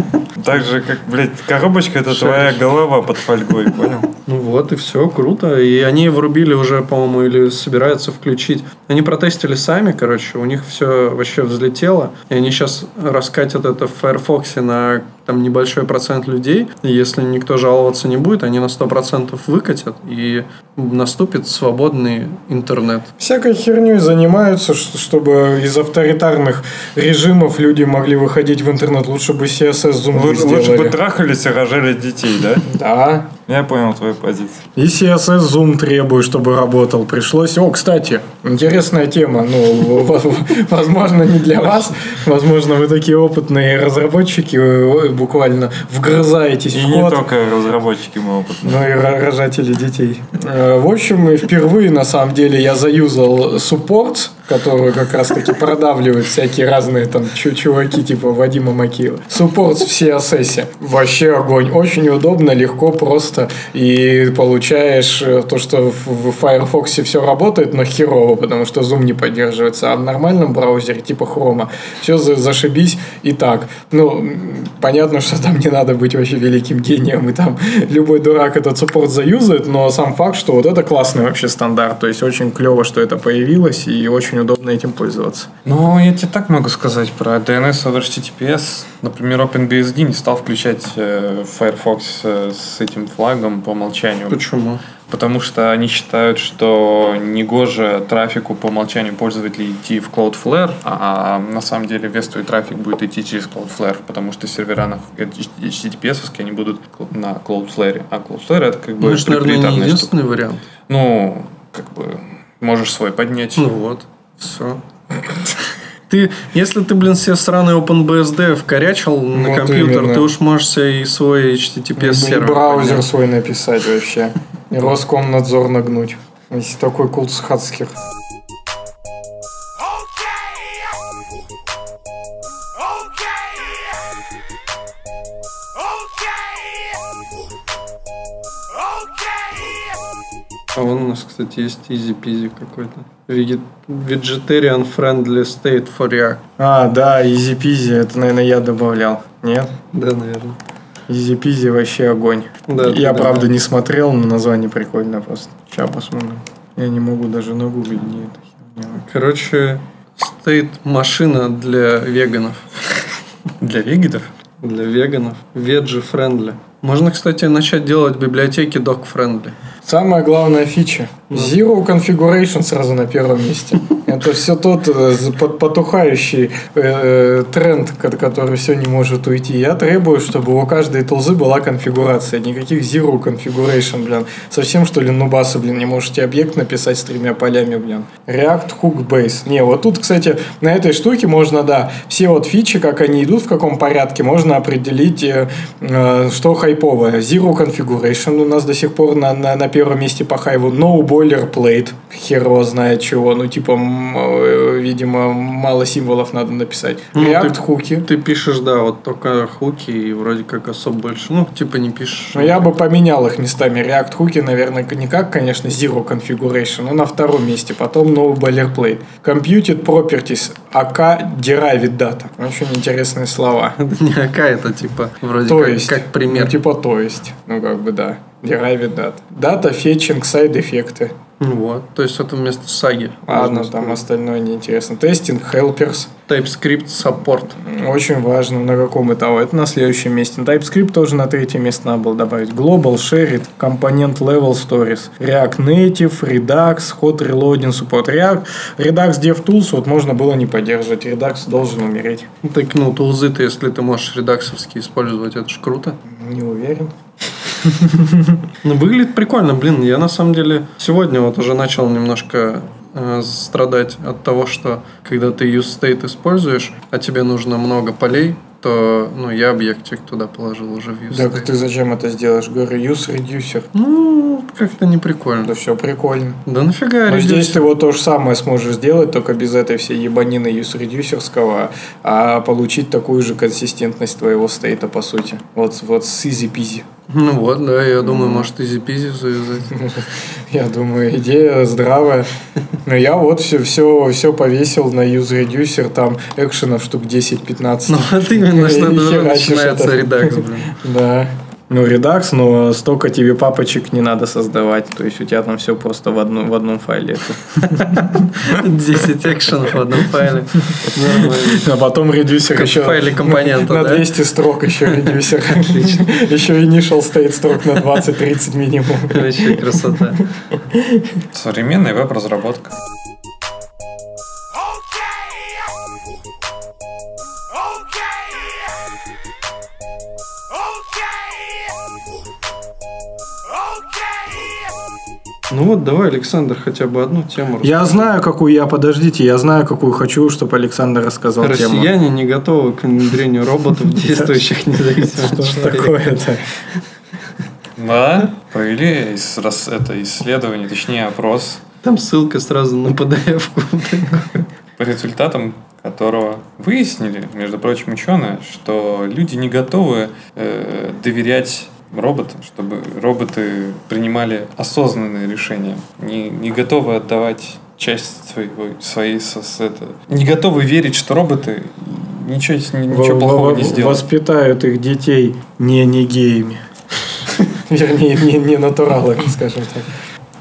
Speaker 1: Так же, как, блядь, коробочка, это твоя голова под фольгой, понял?
Speaker 3: Ну вот, и все, круто. И они врубили уже, по-моему, или собираются включить. Они протестили сами, короче, у них все вообще взлетело. И они сейчас раскатят это в Firefox на там небольшой процент людей. И если никто жаловаться не будет, они на 100% выкатят, и наступит свободный интернет.
Speaker 4: Всякой херней занимаются, ш- чтобы из авторитарных режимов люди могли выходить в интернет. Лучше бы CSS зумбы
Speaker 1: Лучше, лучше бы
Speaker 4: сделали.
Speaker 1: трахались и рожали детей, да?
Speaker 4: Да.
Speaker 1: Я понял твою позицию.
Speaker 4: И CSS Zoom требую, чтобы работал. Пришлось... О, кстати, интересная тема. Ну, во- во- возможно, не для вас. Возможно, вы такие опытные разработчики, э, буквально вгрызаетесь
Speaker 1: И
Speaker 4: в
Speaker 1: не
Speaker 4: код.
Speaker 1: только разработчики мы опытные.
Speaker 4: Ну и ро- рожатели детей. Э, В общем, и впервые, на самом деле, я заюзал суппорт, который как раз-таки продавливает всякие разные там чу- чуваки типа Вадима Макеева. Суппорт в CSS. Вообще огонь. Очень удобно, легко, просто. И получаешь э, то, что в в Firefox все работает, но херово, потому что Zoom не поддерживается. А в нормальном браузере типа Chrome все зашибись и так. Ну, м, понятно, что там не надо быть вообще великим гением, и там любой дурак этот суппорт заюзает, но сам факт, что вот это классный вообще стандарт, то есть очень клево, что это появилось, и очень удобно этим пользоваться.
Speaker 5: Ну, я тебе так могу сказать про DNS over HTTPS. Например, OpenBSD не стал включать э, Firefox э, с этим флагом по умолчанию.
Speaker 3: Почему?
Speaker 5: Потому что они считают, что негоже трафику по умолчанию пользователей идти в Cloudflare, а на самом деле весь твой трафик будет идти через Cloudflare, потому что сервера на э, HTTPS -овские, они будут на Cloudflare. А Cloudflare это как бы
Speaker 3: Ну, это, наверное, не
Speaker 5: приоритетная штука.
Speaker 3: единственный вариант.
Speaker 5: Ну, как бы можешь свой поднять.
Speaker 3: Ну вот, все. Ты, если ты, блин, себе сраный OpenBSD вкорячил на
Speaker 4: Вот
Speaker 3: компьютер,
Speaker 4: именно.
Speaker 3: ты уж можешь себе и свой HTTPS
Speaker 4: И
Speaker 3: сервер.
Speaker 4: браузер
Speaker 3: поднять.
Speaker 4: свой написать вообще. И Роскомнадзор нагнуть. Если такой культ с хацких.
Speaker 6: Okay.
Speaker 3: А вон у нас, кстати, есть изи-пизи какой-то. Веги- Vegetarian friendly state for React.
Speaker 4: А, да, изи-пизи, это, наверное, я добавлял. Нет?
Speaker 3: Да, наверное.
Speaker 4: Изи-пизи вообще огонь.
Speaker 3: Да,
Speaker 4: я,
Speaker 3: да,
Speaker 4: правда,
Speaker 3: да.
Speaker 4: не смотрел, но название прикольное просто. Сейчас посмотрим. Я не могу даже нагуглить, где это херня.
Speaker 3: Короче, стоит машина для веганов.
Speaker 5: Для вегетов?
Speaker 3: Для веганов. Веджи френдли. Можно, кстати, начать делать библиотеки док френдли.
Speaker 4: Самая главная фича. Zero Configuration сразу на первом месте. Это все тот э, з- под- потухающий э, тренд, ко- который все не может уйти. Я требую, чтобы у каждой тулзы была конфигурация. Никаких Zero Configuration, блин. Совсем, что ли, нубасы, блин, не можете объект написать с тремя полями, блин. React Hook Base. Не, вот тут, кстати, на этой штуке можно, да, все вот фичи, как они идут, в каком порядке, можно определить, э, э, что хайповое. Zero Configuration у нас до сих пор на, на, на первом месте по хайву. No Boilerplate. Хер его знает чего. Ну, типа, м, э, видимо, мало символов надо написать.
Speaker 3: Ну,
Speaker 4: React
Speaker 3: ты-
Speaker 4: хуки.
Speaker 3: Ты пишешь, да, вот только хуки и вроде как особо больше. Ну, типа не пишешь.
Speaker 4: Ну, я бы поменял их местами. React хуки, наверное, не как, конечно, Zero Configuration, но на втором месте. Потом No Boilerplate. Computed Properties. AK Derived Data. Очень интересные слова.
Speaker 3: Это не ака, это типа вроде
Speaker 4: То
Speaker 3: как,
Speaker 4: есть.
Speaker 3: как пример.
Speaker 4: Ну, типа, то есть. Ну, как бы, да. Derived data. Дата, фетчинг, сайд-эффекты.
Speaker 3: Ну Вот, то есть это вместо саги.
Speaker 4: Ладно,
Speaker 3: Можно
Speaker 4: там остальное неинтересно. Тестинг, helpers.
Speaker 3: TypeScript саппорт.
Speaker 4: Очень важно, на каком этапе. Это на следующем месте. TypeScript тоже на третье место надо было добавить. Global, Shared, компонент Level Stories. React Native, Redux, Hot Reloading, Support React. Redux DevTools вот можно было не поддерживать. Redux должен умереть.
Speaker 3: Так, ну, тулзы ты, если ты можешь редаксовские использовать, это ж круто.
Speaker 4: Не уверен.
Speaker 3: Ну, выглядит прикольно, блин. Я на самом деле сегодня вот уже начал немножко э, страдать от того, что когда ты use state используешь, а тебе нужно много полей, то ну, я объектик туда положил уже в use
Speaker 4: Так
Speaker 3: state.
Speaker 4: ты зачем это сделаешь? Говорю, use reducer.
Speaker 3: Ну, как-то не прикольно.
Speaker 4: Да все прикольно.
Speaker 3: Да нафига
Speaker 4: Но здесь
Speaker 3: редюсер?
Speaker 4: ты вот то же самое сможешь сделать, только без этой всей ебанины юсредюсерского, а получить такую же консистентность твоего стейта, по сути. Вот, вот с изи-пизи.
Speaker 3: Ну вот, да, я думаю, может, изи-пизи завязать.
Speaker 4: Я думаю, идея здравая. Но я вот все, все, все повесил на юзредюсер, там экшенов штук 10-15.
Speaker 3: Ну, вот именно, что
Speaker 4: И
Speaker 3: это
Speaker 4: херачишь
Speaker 3: начинается
Speaker 4: это.
Speaker 3: редакс, блин.
Speaker 4: Да. Ну, редакс, но столько тебе папочек не надо создавать. То есть у тебя там все просто в, одну, в одном файле.
Speaker 3: 10 экшенов в одном файле. Нормально.
Speaker 4: А потом редюсер
Speaker 3: Как в
Speaker 4: еще...
Speaker 3: файле компонента,
Speaker 4: На
Speaker 3: да?
Speaker 4: 200 строк еще редюсер. Отлично. Еще initial state строк на 20-30 минимум.
Speaker 3: Короче, красота.
Speaker 5: Современная веб-разработка.
Speaker 3: Ну вот, давай, Александр, хотя бы одну тему.
Speaker 4: Я знаю, какую я... Подождите, я знаю, какую хочу, чтобы Александр рассказал тему.
Speaker 3: Россияне не готовы к внедрению роботов, действующих независимо.
Speaker 4: Что
Speaker 3: от
Speaker 4: ж
Speaker 3: человека.
Speaker 4: такое-то?
Speaker 5: Да, провели ис- рас- это исследование, точнее опрос,
Speaker 3: Там ссылка сразу на PDF-ку.
Speaker 5: по результатам которого выяснили, между прочим, ученые, что люди не готовы э, доверять роботам, чтобы роботы принимали осознанные решения, не, не готовы отдавать часть своего, своей со- с это, не готовы верить, что роботы ничего, с- ничего
Speaker 4: Во-
Speaker 5: плохого
Speaker 4: во-
Speaker 5: не сделают.
Speaker 4: Воспитают их детей не не геями. Вернее, не, не натуралами, скажем так.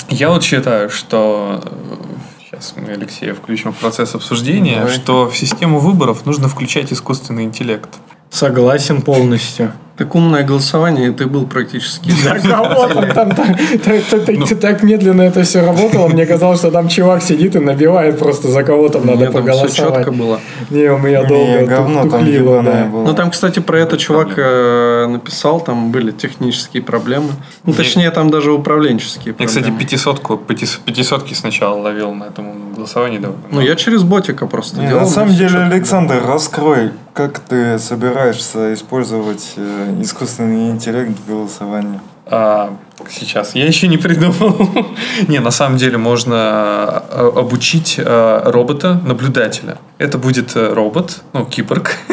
Speaker 5: Я вот считаю, что э, сейчас мы Алексея включим в процесс обсуждения,
Speaker 4: Давай.
Speaker 5: что в систему выборов нужно включать искусственный интеллект.
Speaker 4: Согласен полностью.
Speaker 3: Так умное голосование, и ты был практически.
Speaker 4: Да кого там, там так, так- так-
Speaker 1: Ну.
Speaker 4: так- так медленно это все работало. Мне казалось, что там чувак сидит и набивает просто за кого там надо
Speaker 3: Нет, там все четко
Speaker 4: проголосовать.
Speaker 3: было.
Speaker 4: Не, у меня долго
Speaker 1: Не,
Speaker 4: тух-
Speaker 1: говно там
Speaker 4: тухлило,
Speaker 1: ебаное
Speaker 4: да.
Speaker 1: было.
Speaker 3: Ну там, кстати, про это чувак э, написал, там были технические проблемы. Ну, точнее, там даже управленческие
Speaker 5: Я, кстати,
Speaker 3: проблемы.
Speaker 5: пятисотку, пятис- пятисотки сначала ловил на этом голосовании. да.
Speaker 3: Ну, я через ботика просто
Speaker 1: Не, Э,
Speaker 3: делал.
Speaker 1: на самом
Speaker 3: всё
Speaker 1: деле,
Speaker 3: чётко.
Speaker 1: Александр, раскрой, как ты собираешься использовать э, искусственный интеллект в голосовании.
Speaker 5: А, сейчас. Я еще не придумал. не, на самом деле можно э, обучить э, робота-наблюдателя. Это будет э, робот, ну, киборг,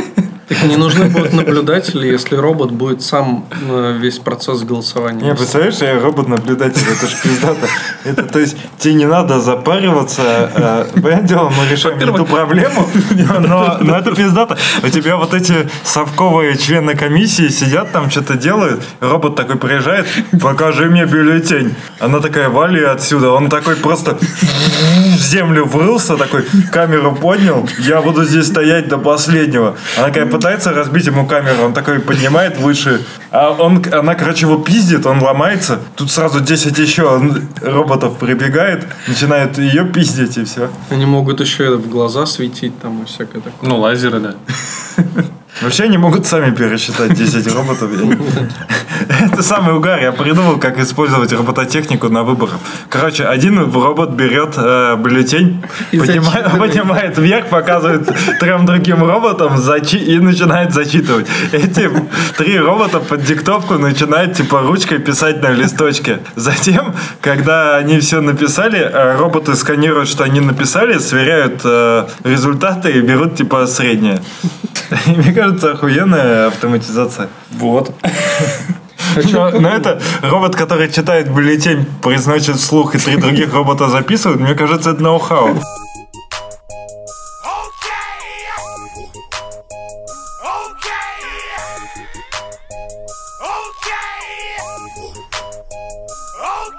Speaker 3: Так не нужны будут наблюдатели, если робот будет сам э, весь процесс голосования.
Speaker 1: Не, представляешь, я робот-наблюдатель, это ж пиздато. Это, то есть, тебе не надо запариваться. э, Понятное дело, мы решаем эту проблему, но, но это пиздато. У тебя вот эти совковые члены комиссии сидят там, что-то делают. Робот такой приезжает, покажи мне бюллетень. Она такая, вали отсюда. Он такой просто в землю врылся, такой камеру поднял, я буду здесь стоять до последнего. Она такая пытается разбить ему камеру, он такой поднимает выше, а он, она, короче, его пиздит, он ломается, тут сразу 10 еще он- роботов прибегает, начинают ее пиздить и все.
Speaker 3: Они могут еще в глаза светить там и всякое такое.
Speaker 5: Ну, лазеры, да.
Speaker 1: Вообще они могут сами пересчитать 10 роботов. Я не- Это самый угар. Я придумал, как использовать робототехнику на выборах. Короче, один робот берет э, бюллетень, поднимает, поднимает вверх, показывает трем другим роботам зачи- и начинает зачитывать. Эти три робота под диктовку начинают типа ручкой писать на листочке. Затем, когда они все написали, э, роботы сканируют, что они написали, сверяют э, результаты и берут типа среднее. Мне кажется, охуенная автоматизация.
Speaker 5: Вот.
Speaker 1: Но это робот, который читает бюллетень, произносит вслух и три других робота записывают, мне кажется, это ноу-хау.
Speaker 6: Okay. Okay.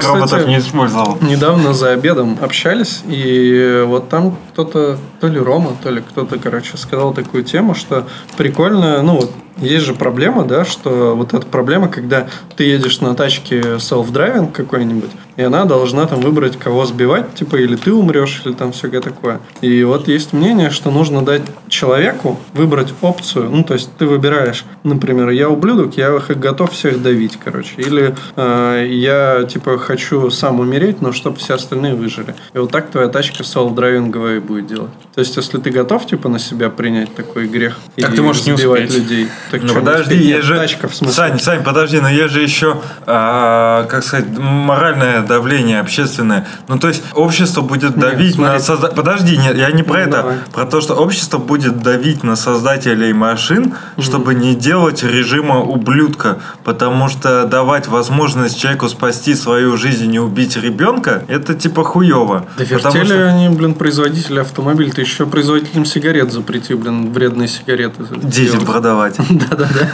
Speaker 6: Okay.
Speaker 1: Роботов не использовал.
Speaker 3: Недавно за обедом общались, и вот там кто-то, то ли Рома, то ли кто-то, короче, сказал такую тему, что прикольно, ну вот есть же проблема, да, что вот эта проблема, когда ты едешь на тачке self-driving какой-нибудь, и она должна там выбрать, кого сбивать, типа, или ты умрешь, или там всякое такое. И вот есть мнение, что нужно дать человеку выбрать опцию, ну, то есть ты выбираешь, например, я ублюдок, я готов всех давить, короче, или э, я, типа, хочу сам умереть, но чтобы все остальные выжили. И вот так твоя тачка селф-драйвинговая и будет делать. То есть, если ты готов, типа, на себя принять такой грех
Speaker 5: Так
Speaker 3: и
Speaker 5: ты можешь не
Speaker 3: сбивать
Speaker 5: успеть.
Speaker 3: людей. Так
Speaker 1: Ну
Speaker 3: чё, не
Speaker 1: подожди,
Speaker 3: успеть?
Speaker 1: я
Speaker 3: Нет,
Speaker 1: же...
Speaker 3: тачка, в смысле.
Speaker 1: Сань, Сань, подожди, но я же еще, а, как сказать, моральное давление общественное. Ну то есть общество будет давить на...
Speaker 3: смотри.
Speaker 1: созда- Подожди, нет, я не про
Speaker 3: Ну,
Speaker 1: это.
Speaker 3: давай.
Speaker 1: Про то, что общество будет давить на создателей машин, чтобы не делать режима ублюдка. Потому что давать возможность человеку спасти свою жизнь и не убить ребенка, это типа хуево.
Speaker 3: Да
Speaker 1: Потому
Speaker 3: вертели
Speaker 1: что-
Speaker 3: они, блин, производители автомобиля. Ты еще производителям сигарет запрети, блин, вредные сигареты.
Speaker 1: Детям продавать.
Speaker 3: Да-да-да.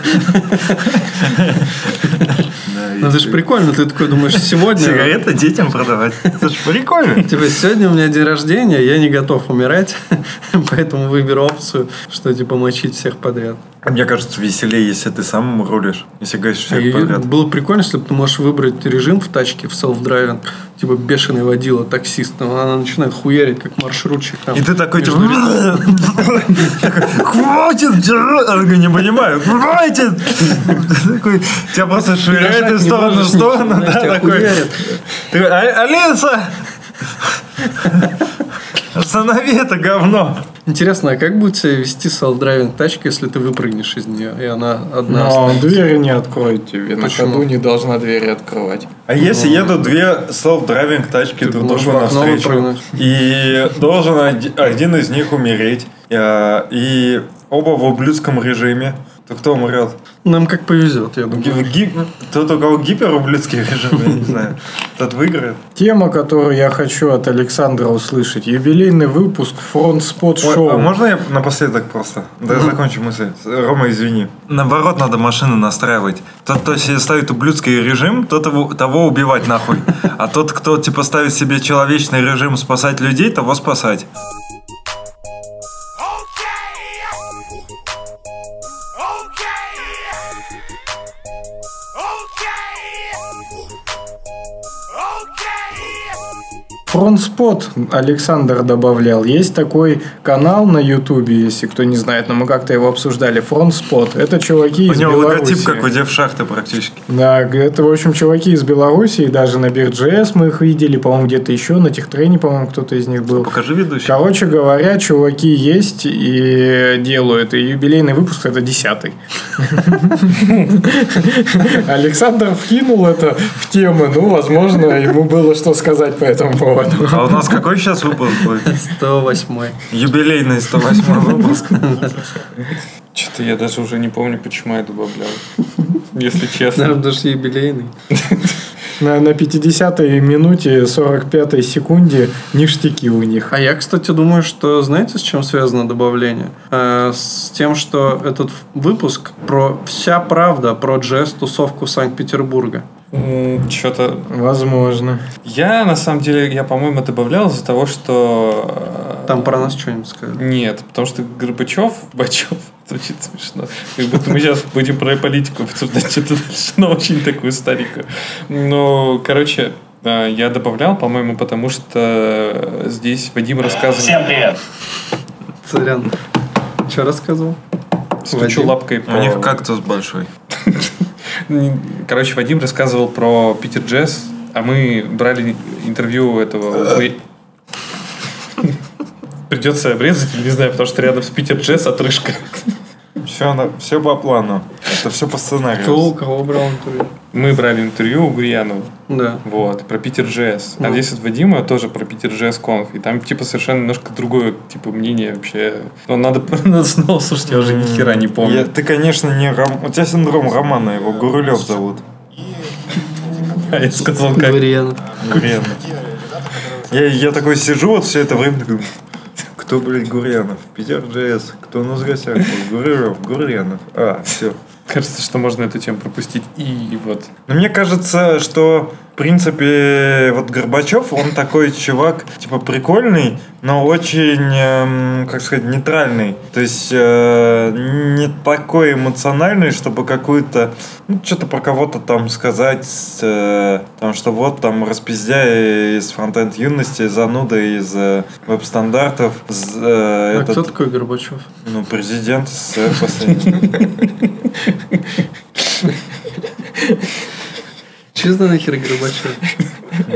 Speaker 3: Ну, это же прикольно. Ты такой думаешь, сегодня...
Speaker 1: Сигареты детям продавать. Это ж прикольно.
Speaker 3: Типа, сегодня у меня день рождения, я не готов умирать, поэтому выберу опцию, что, типа, мочить всех подряд.
Speaker 1: Мне кажется, веселее, если ты сам рулишь, если гасишь всех
Speaker 3: И
Speaker 1: подряд.
Speaker 3: было прикольно, если бы ты можешь выбрать режим в тачке, в селф-драйвинг, типа, бешеный водила, таксист, ну, она начинает хуярить, как маршрутчик. там.
Speaker 1: И ты такой, типа,
Speaker 3: Между рек-
Speaker 1: такой, хватит, жрать!» Я говорю, не понимаю, хватит. Такой, тебя просто швыряет
Speaker 3: Дышать
Speaker 1: из
Speaker 3: не
Speaker 1: стороны в
Speaker 3: можешь,
Speaker 1: сторону.
Speaker 3: ничего,
Speaker 1: да,
Speaker 3: тебя
Speaker 1: такой.
Speaker 3: хуярят.
Speaker 1: Такой, «А- Алиса! Останови это говно.
Speaker 3: Интересно, а как будет себя вести селф-драйвинг тачка, если ты выпрыгнешь из нее, и она одна
Speaker 4: Но
Speaker 3: останется?
Speaker 4: двери не откроет тебе. На
Speaker 3: Почему?
Speaker 4: ходу не должна двери открывать.
Speaker 1: А если едут две селф-драйвинг тачки друг
Speaker 3: можешь
Speaker 1: другу
Speaker 3: Ну. в окно
Speaker 1: навстречу,
Speaker 3: выпрыгнуть.
Speaker 1: и должен оди- один из них умереть, э, и оба в ублюдском режиме, то кто умрет?
Speaker 3: Нам как повезет, я думаю.
Speaker 1: Ги- в ги- Тот, у кого гиперублюдский режим, я не знаю, тот выиграет.
Speaker 4: Тема, которую я хочу от Александра услышать. Юбилейный выпуск
Speaker 1: Ой,
Speaker 4: фронт-спот-шоу.
Speaker 1: а можно я напоследок просто? Да я
Speaker 4: Ну.
Speaker 1: закончу мысль. С- Рома, извини. Наоборот, надо машины настраивать. Тот, кто себе ставит ублюдский режим, тот его- того убивать нахуй. А тот, кто типа ставит себе человечный режим спасать людей, того спасать.
Speaker 6: Okay. Okay. Okay. Okay.
Speaker 4: Фронтспот Александр добавлял. Есть такой канал на Ютубе, если кто не знает, но мы как-то его обсуждали. Фронтспот. Это чуваки
Speaker 1: У
Speaker 4: из
Speaker 1: него логотип,
Speaker 4: Беларуси.
Speaker 1: как у Дев Шахты практически.
Speaker 4: Да, это, в общем, чуваки из Беларуси, даже на Бирджес мы их видели, по-моему, где-то еще, на Техтрене, по-моему, кто-то из них был.
Speaker 1: Покажи ведущий.
Speaker 4: Короче говоря, чуваки есть и делают. И юбилейный выпуск это десятый. Александр вкинул это в темы. Ну, возможно, ему было что сказать по этому поводу.
Speaker 1: А у нас какой сейчас выпуск будет?
Speaker 3: 108.
Speaker 1: Юбилейный 108 выпуск.
Speaker 5: Что-то я даже уже не помню, почему я добавлял. Если
Speaker 3: Наверное,
Speaker 5: честно.
Speaker 3: даже юбилейный.
Speaker 4: На, на 50-й минуте 45-й секунде ништяки у них.
Speaker 3: А я, кстати, думаю, что знаете, с чем связано добавление? Э, с тем, что этот в- выпуск про вся правда про джаз-тусовку Санкт-Петербурга.
Speaker 5: Что-то
Speaker 4: Возможно.
Speaker 5: Я, на самом деле, я, по-моему, добавлял из-за того, что... э,
Speaker 3: Там про нас что-нибудь сказали.
Speaker 5: Нет, потому что Горбачев, Бачев, звучит смешно. Как будто мы сейчас будем про политику обсуждать что-то дальше, но очень такую старенькую. Ну, короче, э, я добавлял, по-моему, потому что э, здесь Вадим рассказывал,
Speaker 7: Всем привет.
Speaker 3: Сорян. Что рассказывал?
Speaker 5: стучу
Speaker 3: Вадим.
Speaker 5: лапкой
Speaker 1: У
Speaker 5: по...
Speaker 1: них кактус большой.
Speaker 5: Н- Короче, Вадим рассказывал про Питер Джесс, а мы брали интервью у этого... у- Придется обрезать, или не знаю, потому что рядом с Питер Джесс отрыжка.
Speaker 1: Все, все по плану. Это все по сценарию.
Speaker 3: Кто у кого брал интервью?
Speaker 5: Мы брали интервью у Гурьянова,
Speaker 3: Да.
Speaker 5: вот, про Питер Джесс. А
Speaker 3: Ну.
Speaker 5: здесь от Вадима тоже про Питер Джесс Конф. И там, типа, совершенно немножко другое, типа, мнение вообще. Но надо, надо снова слушать, я уже ни хера не
Speaker 1: Я-
Speaker 5: помню.
Speaker 1: ты, конечно, не Ром... У тебя синдром Романа, его Гурулев зовут.
Speaker 5: А я сказал, как...
Speaker 3: Гурьянов.
Speaker 1: Гурьянов. Я, я такой сижу вот все это время, такой, кто, блядь, Гурьянов? Питер Джейс. Кто у нас в гостях? Гурулев, Гурьянов. А, все.
Speaker 5: Кажется, что можно эту тему пропустить. И вот.
Speaker 1: Но Ну, мне кажется, что в принципе, вот Горбачев, он такой чувак, типа, прикольный, но очень, эм, как сказать, нейтральный. То есть, э, не такой эмоциональный, чтобы какую-то, ну, что-то про кого-то там сказать, э, там, что вот там распиздяй из фронтенд юности, зануда из э, веб-стандартов, з- э,
Speaker 3: А
Speaker 1: этот,
Speaker 3: кто такой Горбачев?
Speaker 1: ну, президент СССР последний.
Speaker 3: Че за нахер Горбачев?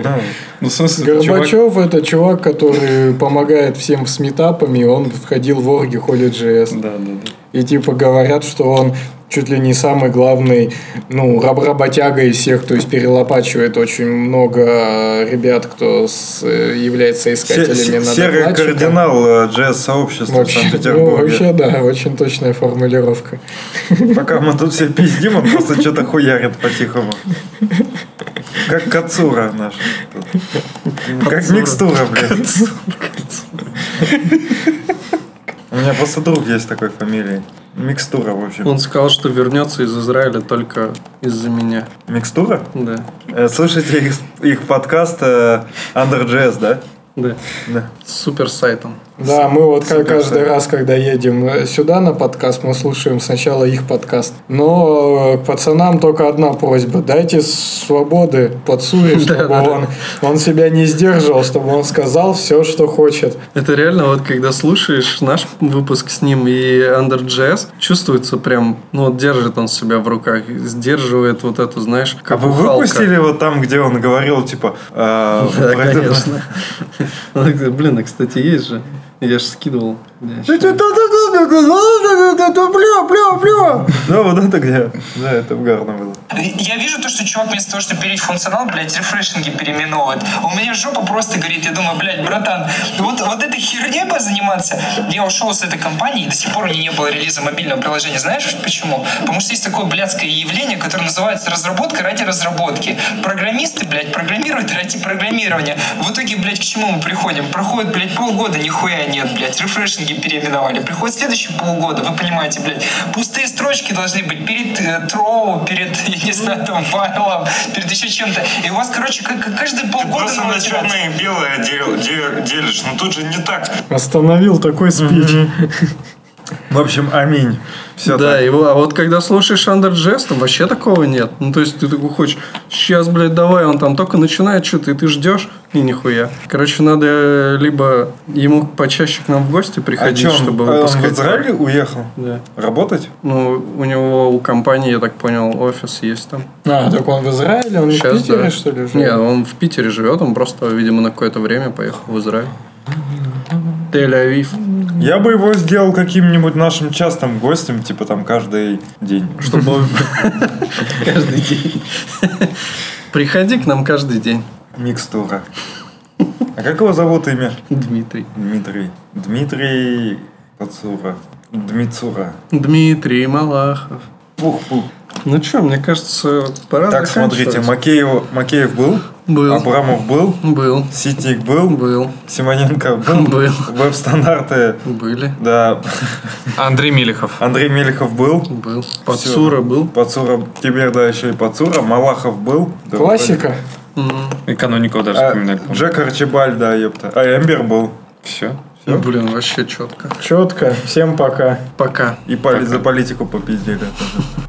Speaker 1: Да.
Speaker 5: Ну, в смысле, чувак-
Speaker 4: Горбачев это чувак, который помогает всем с метапами, и он входил в орги Holy JS.
Speaker 5: Да, да, да.
Speaker 4: И типа говорят, что он чуть ли не самый главный, ну, раб- работяга из всех, то есть перелопачивает очень много ребят, кто с- является
Speaker 1: Се-
Speaker 4: искателями
Speaker 1: се- Серый
Speaker 4: надокладчиков.
Speaker 8: э,
Speaker 1: кардинал джаз-сообщества в
Speaker 4: Вообще, ну,
Speaker 1: Санкт-Петербурге.
Speaker 4: вообще, да, очень точная формулировка.
Speaker 1: Пока мы тут все пиздим, он просто что-то хуярит по-тихому. Как Кацура наш. тут. Как микстура, блядь. У меня просто друг есть такой фамилии. Микстура, в общем.
Speaker 3: Он сказал, что вернется из Израиля только из-за меня.
Speaker 1: Микстура?
Speaker 3: Да.
Speaker 1: Э, Слушайте их, их подкаст э, Under.js, да?
Speaker 3: Да.
Speaker 1: Да.
Speaker 3: С супер сайтом.
Speaker 4: Да, мы вот как
Speaker 1: Супер,
Speaker 4: каждый
Speaker 1: да.
Speaker 4: раз, когда едем э, сюда на подкаст, мы слушаем сначала их подкаст. Но э, к пацанам только одна просьба. Дайте свободы подсуе, чтобы
Speaker 3: да, да.
Speaker 4: он, он себя не сдерживал, чтобы он сказал все, что хочет.
Speaker 3: Это реально вот когда слушаешь наш выпуск с ним и Under.js, чувствуется прям, ну вот держит он себя в руках, сдерживает вот эту, знаешь,
Speaker 1: А вы
Speaker 3: кабухалка.
Speaker 1: выпустили вот там, где он говорил, типа... э,
Speaker 3: Да,
Speaker 1: про это-
Speaker 3: конечно. Он такой, Блин, а кстати, есть же. Я же скидывал. Я щас-
Speaker 1: Да, вот это где? Да, это угарно было.
Speaker 7: Я вижу то, что чувак вместо того, что перейти функционал, блядь, рефрешинги переименовывает. А У меня жопа просто горит. Я думаю, блядь, братан, ну вот, вот этой херней позаниматься. Я ушел с этой компании, и до сих пор у нее не было релиза мобильного приложения. Знаешь почему? Потому что есть такое блядское явление, которое называется разработка ради разработки. Программисты, блядь, программируют ради программирования. В итоге, блядь, к чему мы приходим? Проходит, блядь, полгода, нихуя нет, блядь, рефрешинги переименовали. Приходит следующие полгода, вы понимаете, блядь, пустые строчки должны быть перед э, троу, перед, я не знаю, там, файлом, перед еще чем-то. И у вас, короче, как, как каждые полгода
Speaker 9: Просто на
Speaker 7: надо тратить.
Speaker 9: черное и белое дел- дел- делишь, но тут же не так.
Speaker 4: Остановил такой спич.
Speaker 1: В общем, аминь. Все
Speaker 3: Да, его, а вот когда слушаешь Under.js, там вообще такого нет. Ну, то есть ты такой хочешь, сейчас, блядь, давай, он там только начинает что-то, и ты ждешь, и нихуя. Короче, надо э, либо ему почаще к нам в гости приходить,
Speaker 1: чё, он-
Speaker 3: чтобы
Speaker 1: а
Speaker 8: Э,
Speaker 1: он
Speaker 3: выпускать.
Speaker 1: в Израиль уехал?
Speaker 3: Да.
Speaker 1: Работать?
Speaker 3: Ну, у него, у компании, я так понял, офис есть там.
Speaker 4: А, так он в Израиле, он не в
Speaker 3: Щас,
Speaker 4: Питере,
Speaker 3: да.
Speaker 4: что ли, живет?
Speaker 3: Нет, он в Питере живет, он просто, видимо, на какое-то время поехал в Израиль. Тель-Авив.
Speaker 1: Я бы его сделал каким-нибудь нашим частым гостем, типа там каждый день. Чтобы...
Speaker 3: Каждый день. Приходи к нам каждый день.
Speaker 1: Микстура.
Speaker 8: А как его зовут имя?
Speaker 3: Дмитрий.
Speaker 8: Дмитрий. Дмитрий Пацура. Дмицура.
Speaker 3: Дмитрий Малахов.
Speaker 8: Пух-пух.
Speaker 3: Ну что, мне кажется, пора
Speaker 8: Так, смотрите,
Speaker 3: заканчивать.
Speaker 8: Макеев, Макеев был,
Speaker 3: А Был.
Speaker 8: Абрамов был,
Speaker 3: Был.
Speaker 8: Ситник был,
Speaker 3: Был.
Speaker 8: Симоненко был,
Speaker 3: Был.
Speaker 8: веб-стандарты,
Speaker 3: Были.
Speaker 8: да,
Speaker 5: Андрей Мелехов.
Speaker 8: Андрей Мелехов был,
Speaker 3: Был. Подсура был.
Speaker 8: Пацура, теперь, да, еще и Пацура, Малахов был. Да,
Speaker 1: Классика.
Speaker 5: И каноников даже
Speaker 8: А,
Speaker 5: вспоминали.
Speaker 8: Джек Арчибальд, да, ёпта. А Эмбер был.
Speaker 5: Все.
Speaker 3: Ну, блин, вообще четко.
Speaker 1: Четко. Всем пока.
Speaker 3: Пока.
Speaker 8: И поли- за политику попиздили. тоже.